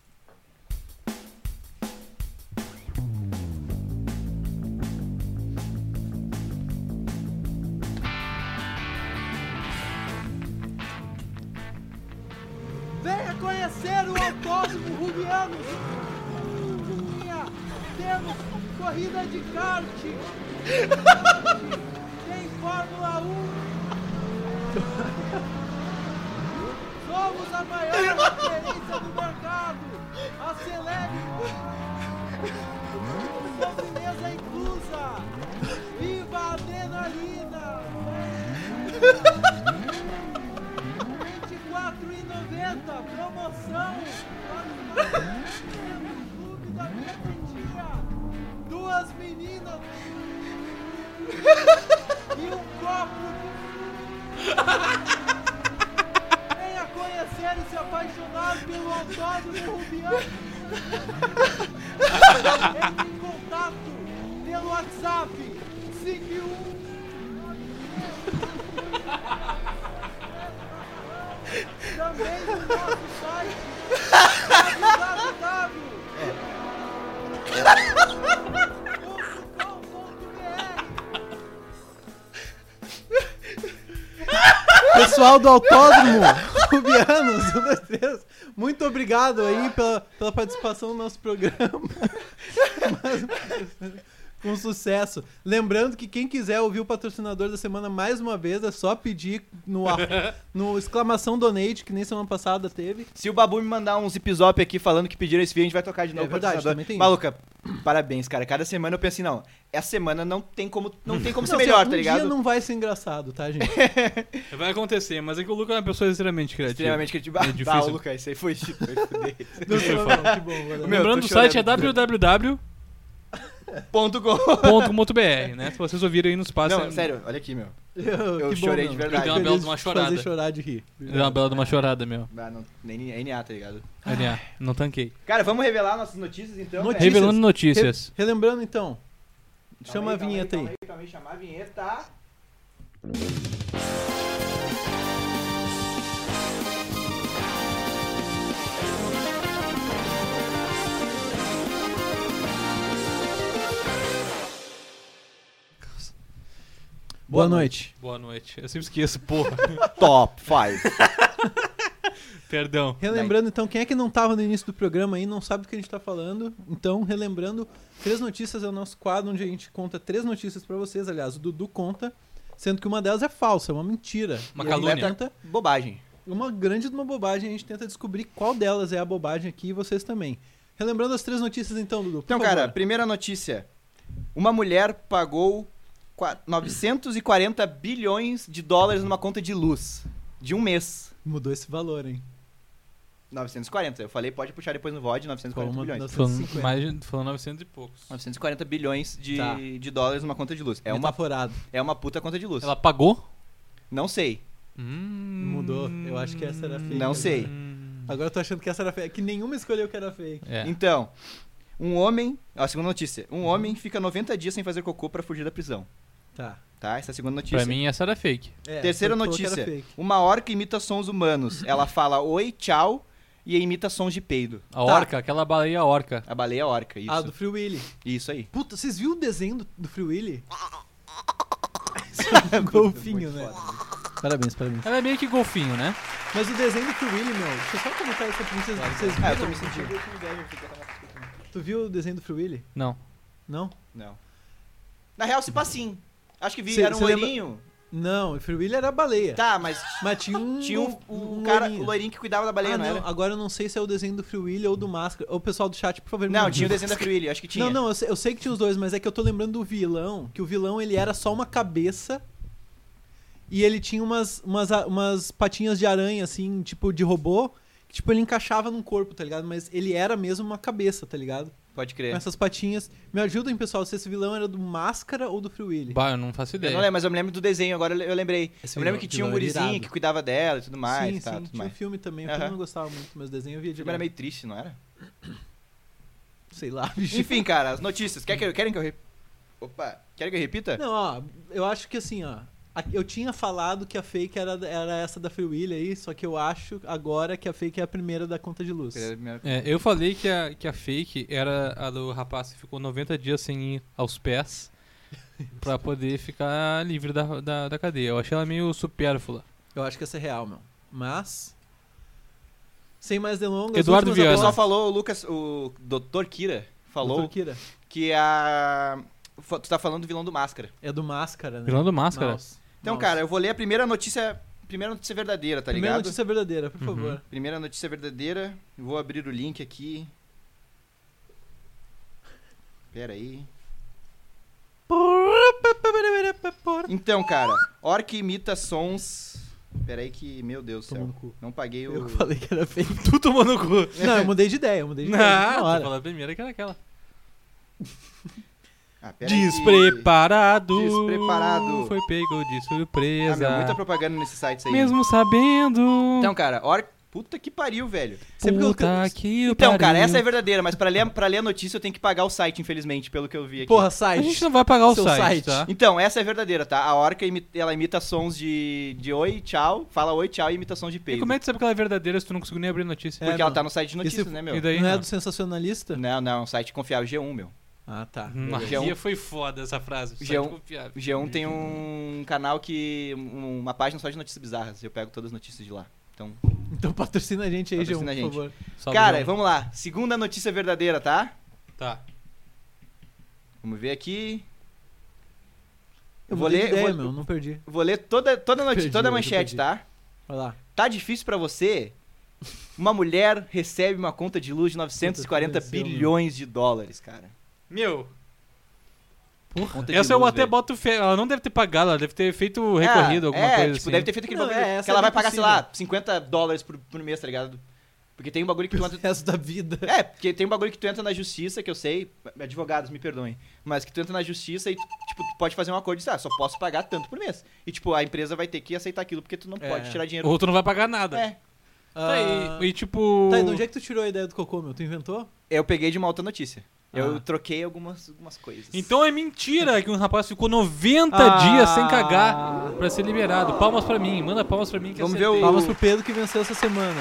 ser o autódromo rubiano. Minha, temos corrida de kart. Tem Fórmula 1. Somos a maior referência do mercado. Acelere. Sobremesa inclusa. Viva a adrenalina. 24,90 promoção para o clube da minha tia. Duas meninas e um copo de Venha conhecer e se apaixonar pelo autódromo Rubiano. Entre em contato pelo WhatsApp 51 também no nosso site www.com.br Pessoal do Autódromo Rubianos, um, dois, três. muito obrigado aí pela, pela participação no nosso programa. Mas- com sucesso. Lembrando que quem quiser ouvir o patrocinador da semana mais uma vez, é só pedir no, ar- no exclamação donate, que nem semana passada teve. Se o Babu me mandar um zip zop aqui falando que pediram esse vídeo, a gente vai tocar de novo. É verdade, patrocinador. também tem Maluca, parabéns, cara. Cada semana eu penso assim, não, essa semana não tem como, não tem como ser Não, assim, melhor, um tá ligado? dia não vai ser engraçado, tá, gente? Vai acontecer, mas é que o Lucas é uma pessoa extremamente criativa. Extremamente criativo. Ah, difícil. tá, o Lucas, isso aí foi... foi fuder. Não, não, não, que bom, valeu. Meu, Lembrando, tô o site é chorando. www.com.br, Ponto gol. né? Se vocês ouviram aí nos passos. Não, sério, olha aqui, meu. Eu, Eu que bom, chorei de meu. verdade. Eu dei Feliz uma bela de uma te chorada. Fazer chorar de rir. Deu uma bela de uma chorada, meu. Ah, não, nem é NA, tá ligado? Aliás, não tanquei. Cara, vamos revelar nossas notícias então? Notícias. velho? Revelando notícias. É Re- relembrando então, Calma chama aí, a vinheta aí. calma aí, calma aí, chamar a vinheta. Boa noite. Boa noite. Eu sempre esqueço, porra. Top 5. Perdão. Relembrando então, quem é que não tava no início do programa aí, não sabe do que a gente tá falando. Então, relembrando, Três Notícias é o nosso quadro onde a gente conta três notícias pra vocês. Aliás, o Dudu conta, sendo que uma delas é falsa, é uma mentira. Uma E a gente calúnia. tenta- Bobagem. uma grande de uma bobagem, a gente tenta descobrir qual delas é a bobagem aqui e vocês também. Relembrando as três notícias então, Dudu. por Então, favor. cara, primeira notícia. Uma mulher pagou qua- 940 bilhões de dólares numa conta de luz de um mês. mudou esse valor, hein? 940. Eu falei, pode puxar depois no VOD, 940 Toma, bilhões. nossa- Falando, 150. mais, de- falando 900 e poucos. 940 bilhões de, Tá. de dólares numa conta de luz. É uma, Metaforado. é uma puta conta de luz. Ela pagou? Não sei. Hum, Mudou. Eu acho que essa era fake. Não agora. sei. Agora eu tô achando que essa era fake. Que nenhuma escolheu que era fake. É. Então, um homem. Ó, a segunda notícia. Um homem fica 90 dias sem fazer cocô pra fugir da prisão. Tá. Tá? Essa é a segunda notícia. Pra mim, essa era fake. É, Terceira falou que era notícia. fake. Uma orca imita sons humanos. Ela fala oi, tchau e imita sons de peido. Tá. A Tá. orca, aquela baleia orca. A baleia orca, isso. Ah, do Free Willy. Isso aí. Puta, vocês viram o desenho do, do Free Willy? Isso é um golfinho, né? Parabéns, parabéns. Ela é meio que golfinho, né? Mas o desenho do Free Willy, meu, deixa eu só comentar isso pra vocês. vocês Ah, eu tô viram? me sentindo. Tu viu o desenho do Free Willy? Não. Não? Não. Na real, se passa sim. Acho que vi, Cê- era um cê lembra- loirinho. Não, o Free Willy era a baleia. Tá, mas Mas tinha um. tinha o, o um cara, loirinho. o loirinho que cuidava da baleia, Ah, não, não, era? agora eu não sei se é o desenho do Free Willy ou do Máscara. O pessoal do chat, por favor, me Não, ajuda. tinha o desenho da Freewheel, acho que tinha. Não, não, eu sei, eu sei que tinha os dois, mas é que eu tô lembrando do vilão, que o vilão ele era só uma cabeça e ele tinha umas, umas, a- umas patinhas de aranha, assim, tipo de robô, que tipo ele encaixava num corpo, tá ligado? Mas ele era mesmo uma cabeça, tá ligado? Pode Com crer. essas patinhas. Me ajudem, pessoal, se esse vilão era do Máscara ou do Free Willy. Bah, eu não faço Eu ideia. é não lembro, mas eu me lembro do desenho, agora eu lembrei. Esse eu me vilão- lembro que tinha um vilão era gurizinho irado. que cuidava dela e tudo mais, sim, tá, sim, tudo tinha um mais. filme também, o filme eu Aham. não gostava muito, mas desenho eu via O filme era direto. meio triste, não era? Sei lá, bicho. Enfim, cara, as notícias. Quer que eu- querem que eu repita? Opa, querem que eu repita? Não, ó, eu acho que assim, ó. a- Eu tinha falado que a fake era, era essa da Free Willy aí, só que eu acho agora que a fake é a primeira da conta de luz. É, eu falei que a, que a fake era a do rapaz que ficou 90 dias sem ir aos pés pra poder ficar livre da, da, da cadeia. Eu achei ela meio supérflua. Eu acho que essa é real, meu. Mas. Sem mais delongas. Eduardo últimas Viana. O pessoal apostas. falou, o Lucas, o Dr. Kira falou né? Doutor Kira. que a. fa- Tu tá falando do vilão do Máscara. É do Máscara, né? Vilão do Máscara. Mouse. Então, Mouse. cara, eu vou ler a primeira notícia. Primeira notícia verdadeira, tá Primeira ligado? notícia verdadeira, Uhum. por favor. Primeira notícia verdadeira. Vou abrir o link aqui. Pera aí. Então, cara, orc imita sons. Pera aí que, meu Deus do Toma céu. no cu. Não paguei o. Eu que falei que era fake. Tu tomou no cu. Ah, Não, eu mudei de ideia, eu mudei de é. ideia. na Não, tu hora. falou a primeira que era aquela. Ah, pera aí que- Despreparado. Despreparado. Foi pego de Ah, surpresa. meu, muita propaganda nesses sites aí. Mesmo sabendo. Então, cara, orc. Puta que pariu, velho. sempre que eu- Puta que o Então, cara, pariu. essa é verdadeira, mas pra ler, pra ler a notícia eu tenho que pagar o site, infelizmente, pelo que eu vi aqui. Porra, A site. gente não vai pagar o Seu site, site. tá? Então, essa é verdadeira, tá? A orca imi- ela imita sons de, de oi, tchau, fala oi, tchau e imitação de E peido. como é que tu sabe que ela é verdadeira se tu não conseguiu nem abrir notícia? É, Porque ela não. tá no site de notícias, Esse- né, meu? E daí? Não é não. do sensacionalista? Não, não, é um site confiável, G1, meu. Ah, tá. Hum, G1. aí foi foda essa frase. site G1. confiável. O G1 tem um canal que. um- uma página só de notícias bizarras. Eu pego todas as notícias de lá. Então, Então patrocina a gente aí, G1, Patrocina a gente. por favor. Salve, cara, G1. vamos lá. Segunda notícia verdadeira, tá? Tá. Vamos ver aqui. Eu Eu vou mudei de ler, eu ideia, vou- meu, não perdi. Vou ler toda toda notícia, Perdi, toda eu perdi. manchete, tá? Vai lá. Tá difícil pra você? Uma mulher recebe uma conta de luz de Puta, 940 que aconteceu, bilhões de dólares, cara. Meu, Conta de essa eu luz, é até velho. boto fé. Ela não deve ter pagado, ela deve ter feito recorrido, é, alguma é, coisa tipo, assim. deve ter feito aquele Não, bagulho é, essa que ela é vai bem pagar, sei possível. lá, 50 dólares por, por mês, tá ligado? Porque tem um bagulho que tu Pelo entra... resto da vida. É, porque tem um bagulho que tu entra na justiça, que eu sei, advogados, me perdoem, mas que tu entra na justiça e, tu, tipo, tu pode fazer um acordo e dizer, ah, só posso pagar tanto por mês. E, tipo, a empresa vai ter que aceitar aquilo, porque tu não É. pode tirar dinheiro. Ou tu não vai pagar nada. É, Tá, Ah, e, e tipo. Tá, e de onde é que tu tirou a ideia do cocô, meu? Tu inventou? eu peguei de uma outra notícia. Eu Ah. troquei algumas, algumas coisas. Então é mentira que um rapaz ficou 90 Ah. dias sem cagar pra ser liberado. Palmas pra mim, manda palmas pra mim que Vamos ver acertei. o- Palmas pro Pedro que venceu essa semana.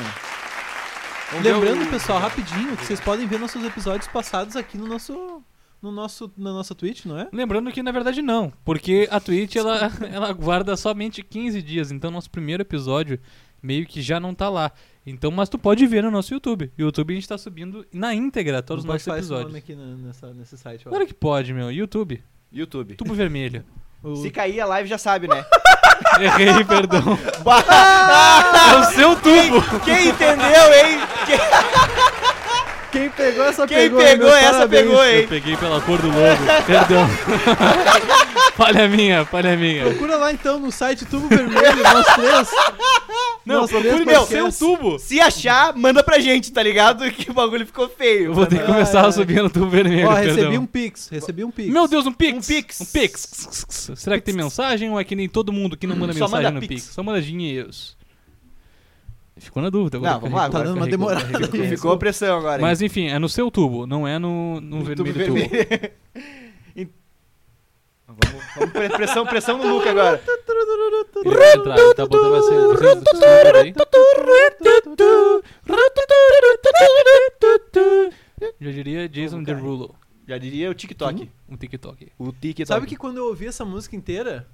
Vamos ver Lembrando, o- pessoal, rapidinho, que vocês podem ver nossos episódios passados aqui no nosso. No nosso, na nossa Twitch, não é? Lembrando que na verdade não, porque a Twitch ela, ela guarda somente 15 dias, então nosso primeiro episódio meio que já não tá lá. Então, mas tu pode ver no nosso YouTube. YouTube a gente tá subindo na íntegra todos os Não pode nossos falar esse episódios. nome aqui na- nessa, nesse site. ó. Claro que pode, meu. YouTube. YouTube. Tubo vermelho. O- Se cair a live já sabe, né? Errei, perdão. Ah! é o seu tubo. Quem entendeu, hein? Quem pegou essa Quem pegou. pegou, meu, essa parabéns. pegou, Eu hein? peguei pela cor do logo. Perdão. falha minha, falha minha. Procura lá então no site Tubo Vermelho, nós três. Não, Nós procure três meu, seu podcasts. tubo. Se achar, manda pra gente, tá ligado? Que o bagulho ficou feio. Eu vou ter que começar a subir no tubo vermelho, Ó, perdão. recebi um Pix, recebi um Pix. Meu Deus, um pix. Um Pix. Um pix. Será que tem mensagem ou é que nem todo mundo que não manda Só mensagem manda no pix. Pix. Só manda dinheiros. Ficou na dúvida. agora Não, vamos lá, carregou, agora tá dando uma carregou, demorada carregou, aí. carregou. Ficou a pressão agora. hein? Mas enfim, é no seu tubo, não é no, no, vermelho tubo. Vamos, vamos pre- pressão, pressão no Luca agora. Ele vai entrar, ele tá botando essa- vocês- vocês estão vendo aí? Já diria Jason Derulo, Já diria o TikTok. um TikTok. O TikTok. Sabe que quando eu ouvi essa música inteira.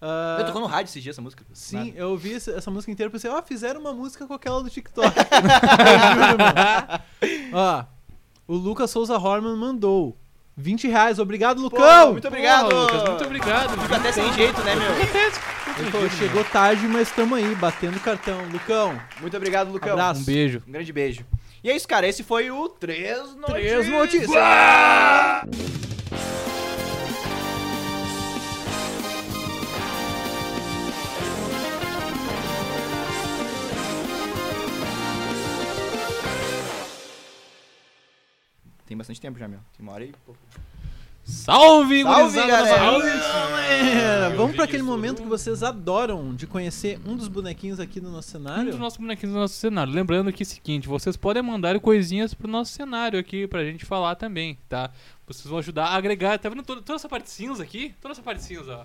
ah, Eu tocou no rádio esses dias essa música. Sim, Nada. eu ouvi essa, essa música inteira e pensei, ó, fizeram uma música com aquela do TikTok. Eu juro, mano. Ó, o Lucas Souza Horman mandou 20 reais. Obrigado, Pô, Lucão! muito obrigado! Porra, Lucas, muito obrigado. Fico até sem jeito, né, meu? Ele falou, chegou tarde, mas tamo aí, batendo cartão. Lucão, Muito obrigado, Lucão. Abraço. Um beijo. Um grande beijo. E é isso, cara. Esse foi o 3 Notícias. três notícias. Tem bastante tempo já, meu. Tem uma hora e pouco. Salve, Salve, gurizada, galera. nossa- É, vamos para aquele isso, momento que vocês adoram de conhecer um dos bonequinhos aqui do nosso Um dos cenário. nossos bonequinhos do nosso cenário. Lembrando que é o seguinte, vocês podem mandar coisinhas pro nosso cenário aqui pra gente falar também, tá? Vocês vão ajudar a agregar. Tá vendo toda, toda essa parte cinza aqui? Toda essa parte cinza, ó.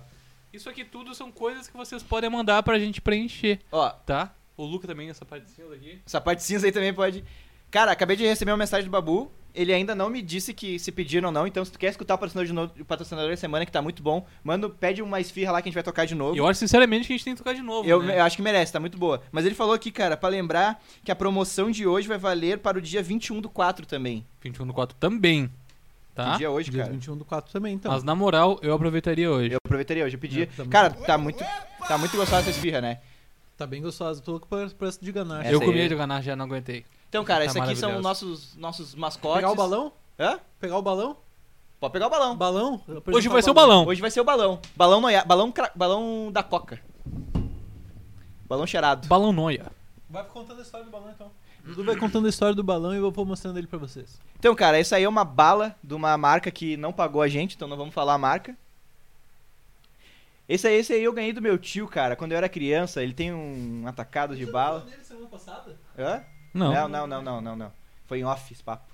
Isso aqui tudo são coisas que vocês podem mandar pra gente preencher, Ó, tá? O Luca também, essa parte cinza aqui. essa parte cinza aí também pode. Cara, acabei de receber uma mensagem do Babu ele ainda não me disse que se pediram ou não, então se tu quer escutar o patrocinador, de novo, o patrocinador da semana, que tá muito bom, manda, pede uma esfirra lá que a gente vai tocar de novo. E eu acho sinceramente que a gente tem que tocar de novo. Eu, né? eu acho que merece, tá muito boa. Mas ele falou aqui, cara, pra lembrar que a promoção de hoje vai valer para o dia 21 do 4 também. 21 do 4 também. Que Ah? Tá? dia é hoje, Dia cara? 21 do 4 também, então. Mas na moral, eu aproveitaria hoje. Eu aproveitaria hoje, eu pedi. É, tá muito cara, tá muito, tá muito gostosa essa esfirra, né? Tá bem gostosa. Tô louco por por essa de ganache. Essa Eu, aí- comia de ganache, já não aguentei. Então, cara, Tá esses aqui são maravilhoso. nossos, nossos mascotes. Pegar o balão? Hã? Pegar o balão? Pode pegar o balão. Balão? Hoje vai ser o balão. Hoje vai ser o balão. Balão noia... balão, cra- balão da coca. Balão cheirado. Balão noia. Vai contando a história do balão, então. O Dudu vai contando a história do balão e eu vou mostrando ele pra vocês. Então, cara, isso aí é uma bala de uma marca que não pagou a gente, então não vamos falar a marca. Esse aí, esse aí eu ganhei do meu tio, cara, quando eu era criança. Ele tem um atacado de bala. semana passada? Hã? Não. Não, não, não, não, não, não. Foi em off esse papo.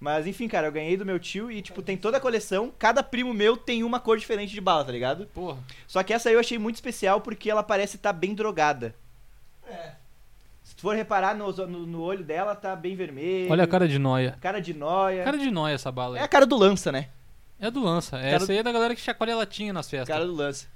Mas enfim, cara, eu ganhei do meu tio e, tipo, tem toda a coleção. Cada primo meu tem uma cor diferente de bala, tá ligado? Porra. Só que essa aí eu achei muito especial porque ela parece estar bem drogada. É. Se tu for reparar no, no, no olho dela, tá bem vermelho. Olha a cara de noia. Cara de noia. Cara de noia essa bala É aí. a cara do lança, né? É do lança. É Cara- Essa aí é da galera que chacoalha latinha nas A festas. cara do lança.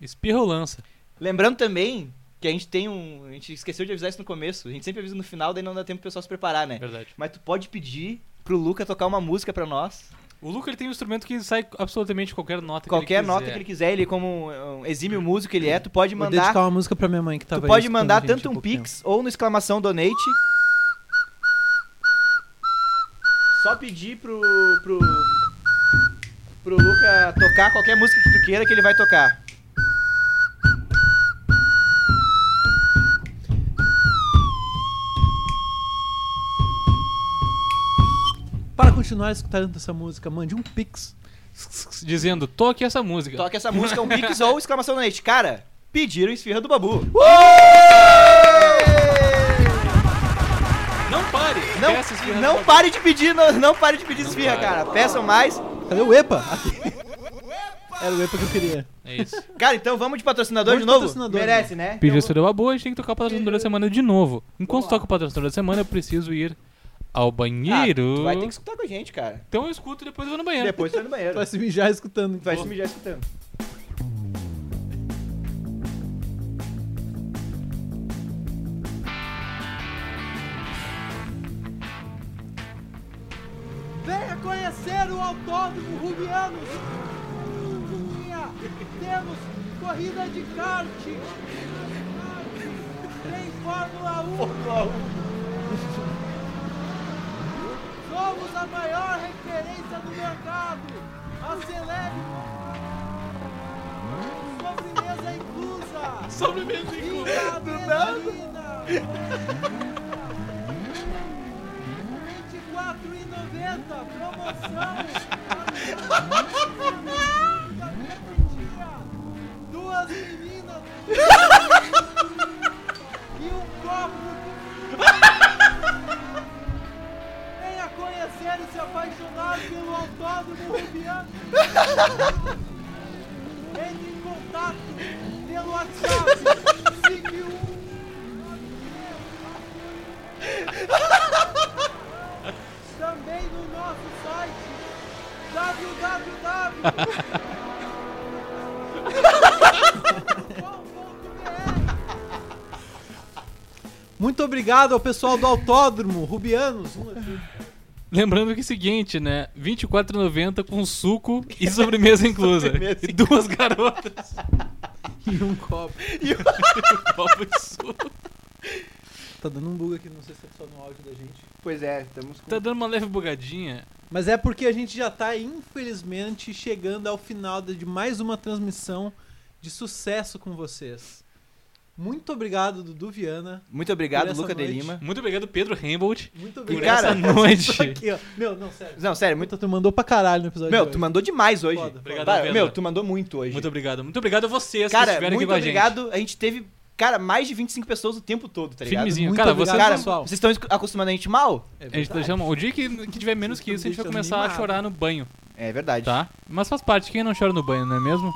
Espirra ou lança. Lembrando também que a gente tem um. A gente esqueceu de avisar isso no começo. A gente sempre avisa no final, daí não dá tempo pro pessoal se preparar, né? Verdade. Mas tu pode pedir pro Luca tocar uma música pra nós. O Luca ele tem um instrumento que sai absolutamente qualquer nota que Qualquer ele nota que ele quiser, ele como um, um exímio músico que ele é, tu pode Vou dedicar mandar. uma música pra minha mãe que Tu tava aí pode escutando mandar a gente tanto há um pouco pix ou no exclamação donate. Só pedir pro pro pro Luca tocar qualquer música que tu queira que ele vai tocar. tempo. Para continuar escutando essa música, mande um pix. Dizendo, toque essa música. Toca essa música um pix ou exclamação donate. Cara, pediram esfirra do babu. Não pare! Não, Peça Esfirra não do Babu. pare de pedir, não, não pare de pedir esfirra, pare. cara. Peçam mais. Cadê o EPA? Era o EPA que eu queria. É isso. Cara, então vamos de patrocinador Vamos de de novo? patrocinador, Merece, né? Pediu isso deu uma boa, a gente tem que tocar o patrocinador da semana de novo. Enquanto toca o patrocinador da semana, eu preciso ir ao Ah, banheiro. tu vai ter que escutar com a gente, cara. Então eu escuto e depois eu vou no banheiro. Depois tu vai no Tu vai banheiro. se mijar escutando. Tu vai se mijar escutando. Venha conhecer o Autódromo Rubiano. Minha. Temos corrida de kart. Tem Fórmula 1. Somos a maior referência do mercado. Acelere. Sobremesa inclusa. Sobremesa Viva a adrenalina. 24,90. Promoção. Duas meninas. E um copo. Venha conhecer e se apaixonar pelo autódromo Rubiano. Entre em contato pelo WhatsApp. 51 também no nosso site www. Muito obrigado ao pessoal do Autódromo, Rubianos. Lembrando que é o seguinte, né? 24,90 com suco e sobremesa inclusa. e duas garotas E um copo. e um copo de suco. Tá dando um bug aqui, não sei se é só no áudio da gente. Pois é, estamos com... Tá dando uma leve bugadinha. Mas é porque a gente já tá, infelizmente, chegando ao final de mais uma transmissão de sucesso com vocês. Muito obrigado, Dudu Viana. Muito Por obrigado, essa Luca de noite. Lima. Muito obrigado, Pedro é Rembold. Muito Por obrigado. cara, essa noite. Aqui, ó. Meu, não, sério. Não, sério, muito... Muito, tu mandou pra caralho no episódio Meu, de tu hoje. mandou demais hoje. Foda, obrigado, Bah, Pedro. meu, tu mandou muito hoje. Muito obrigado. Muito obrigado a vocês que cara, estiveram muito aqui com a gente. obrigado. A gente teve, cara, mais de 25 pessoas o tempo todo, tá ligado? Firmezinho. Muito Cara, obrigado, vocês Cara, não- pessoal. vocês estão esc- acostumando a gente mal? É A gente tá verdade. chamando- O dia que, que tiver menos que isso, a gente vai Deixa começar a animado. chorar no banho, É verdade. tá? Mas faz parte, quem não chora no banho, não é mesmo?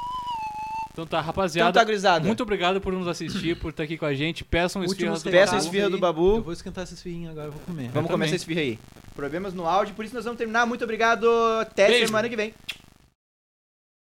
Então tá, rapaziada. Então tá, gurizada. Muito obrigado por nos assistir, por estar aqui com a gente. Peçam Último esfirras do Peçam Babu. espetáculo esfirra do aí. Babu. Eu vou esquentar essa esfirrinha agora, eu vou comer. Vamos também. começar esse esfirra aí. Problemas no áudio, por isso nós vamos terminar. Muito obrigado. Até Beijo. semana que vem.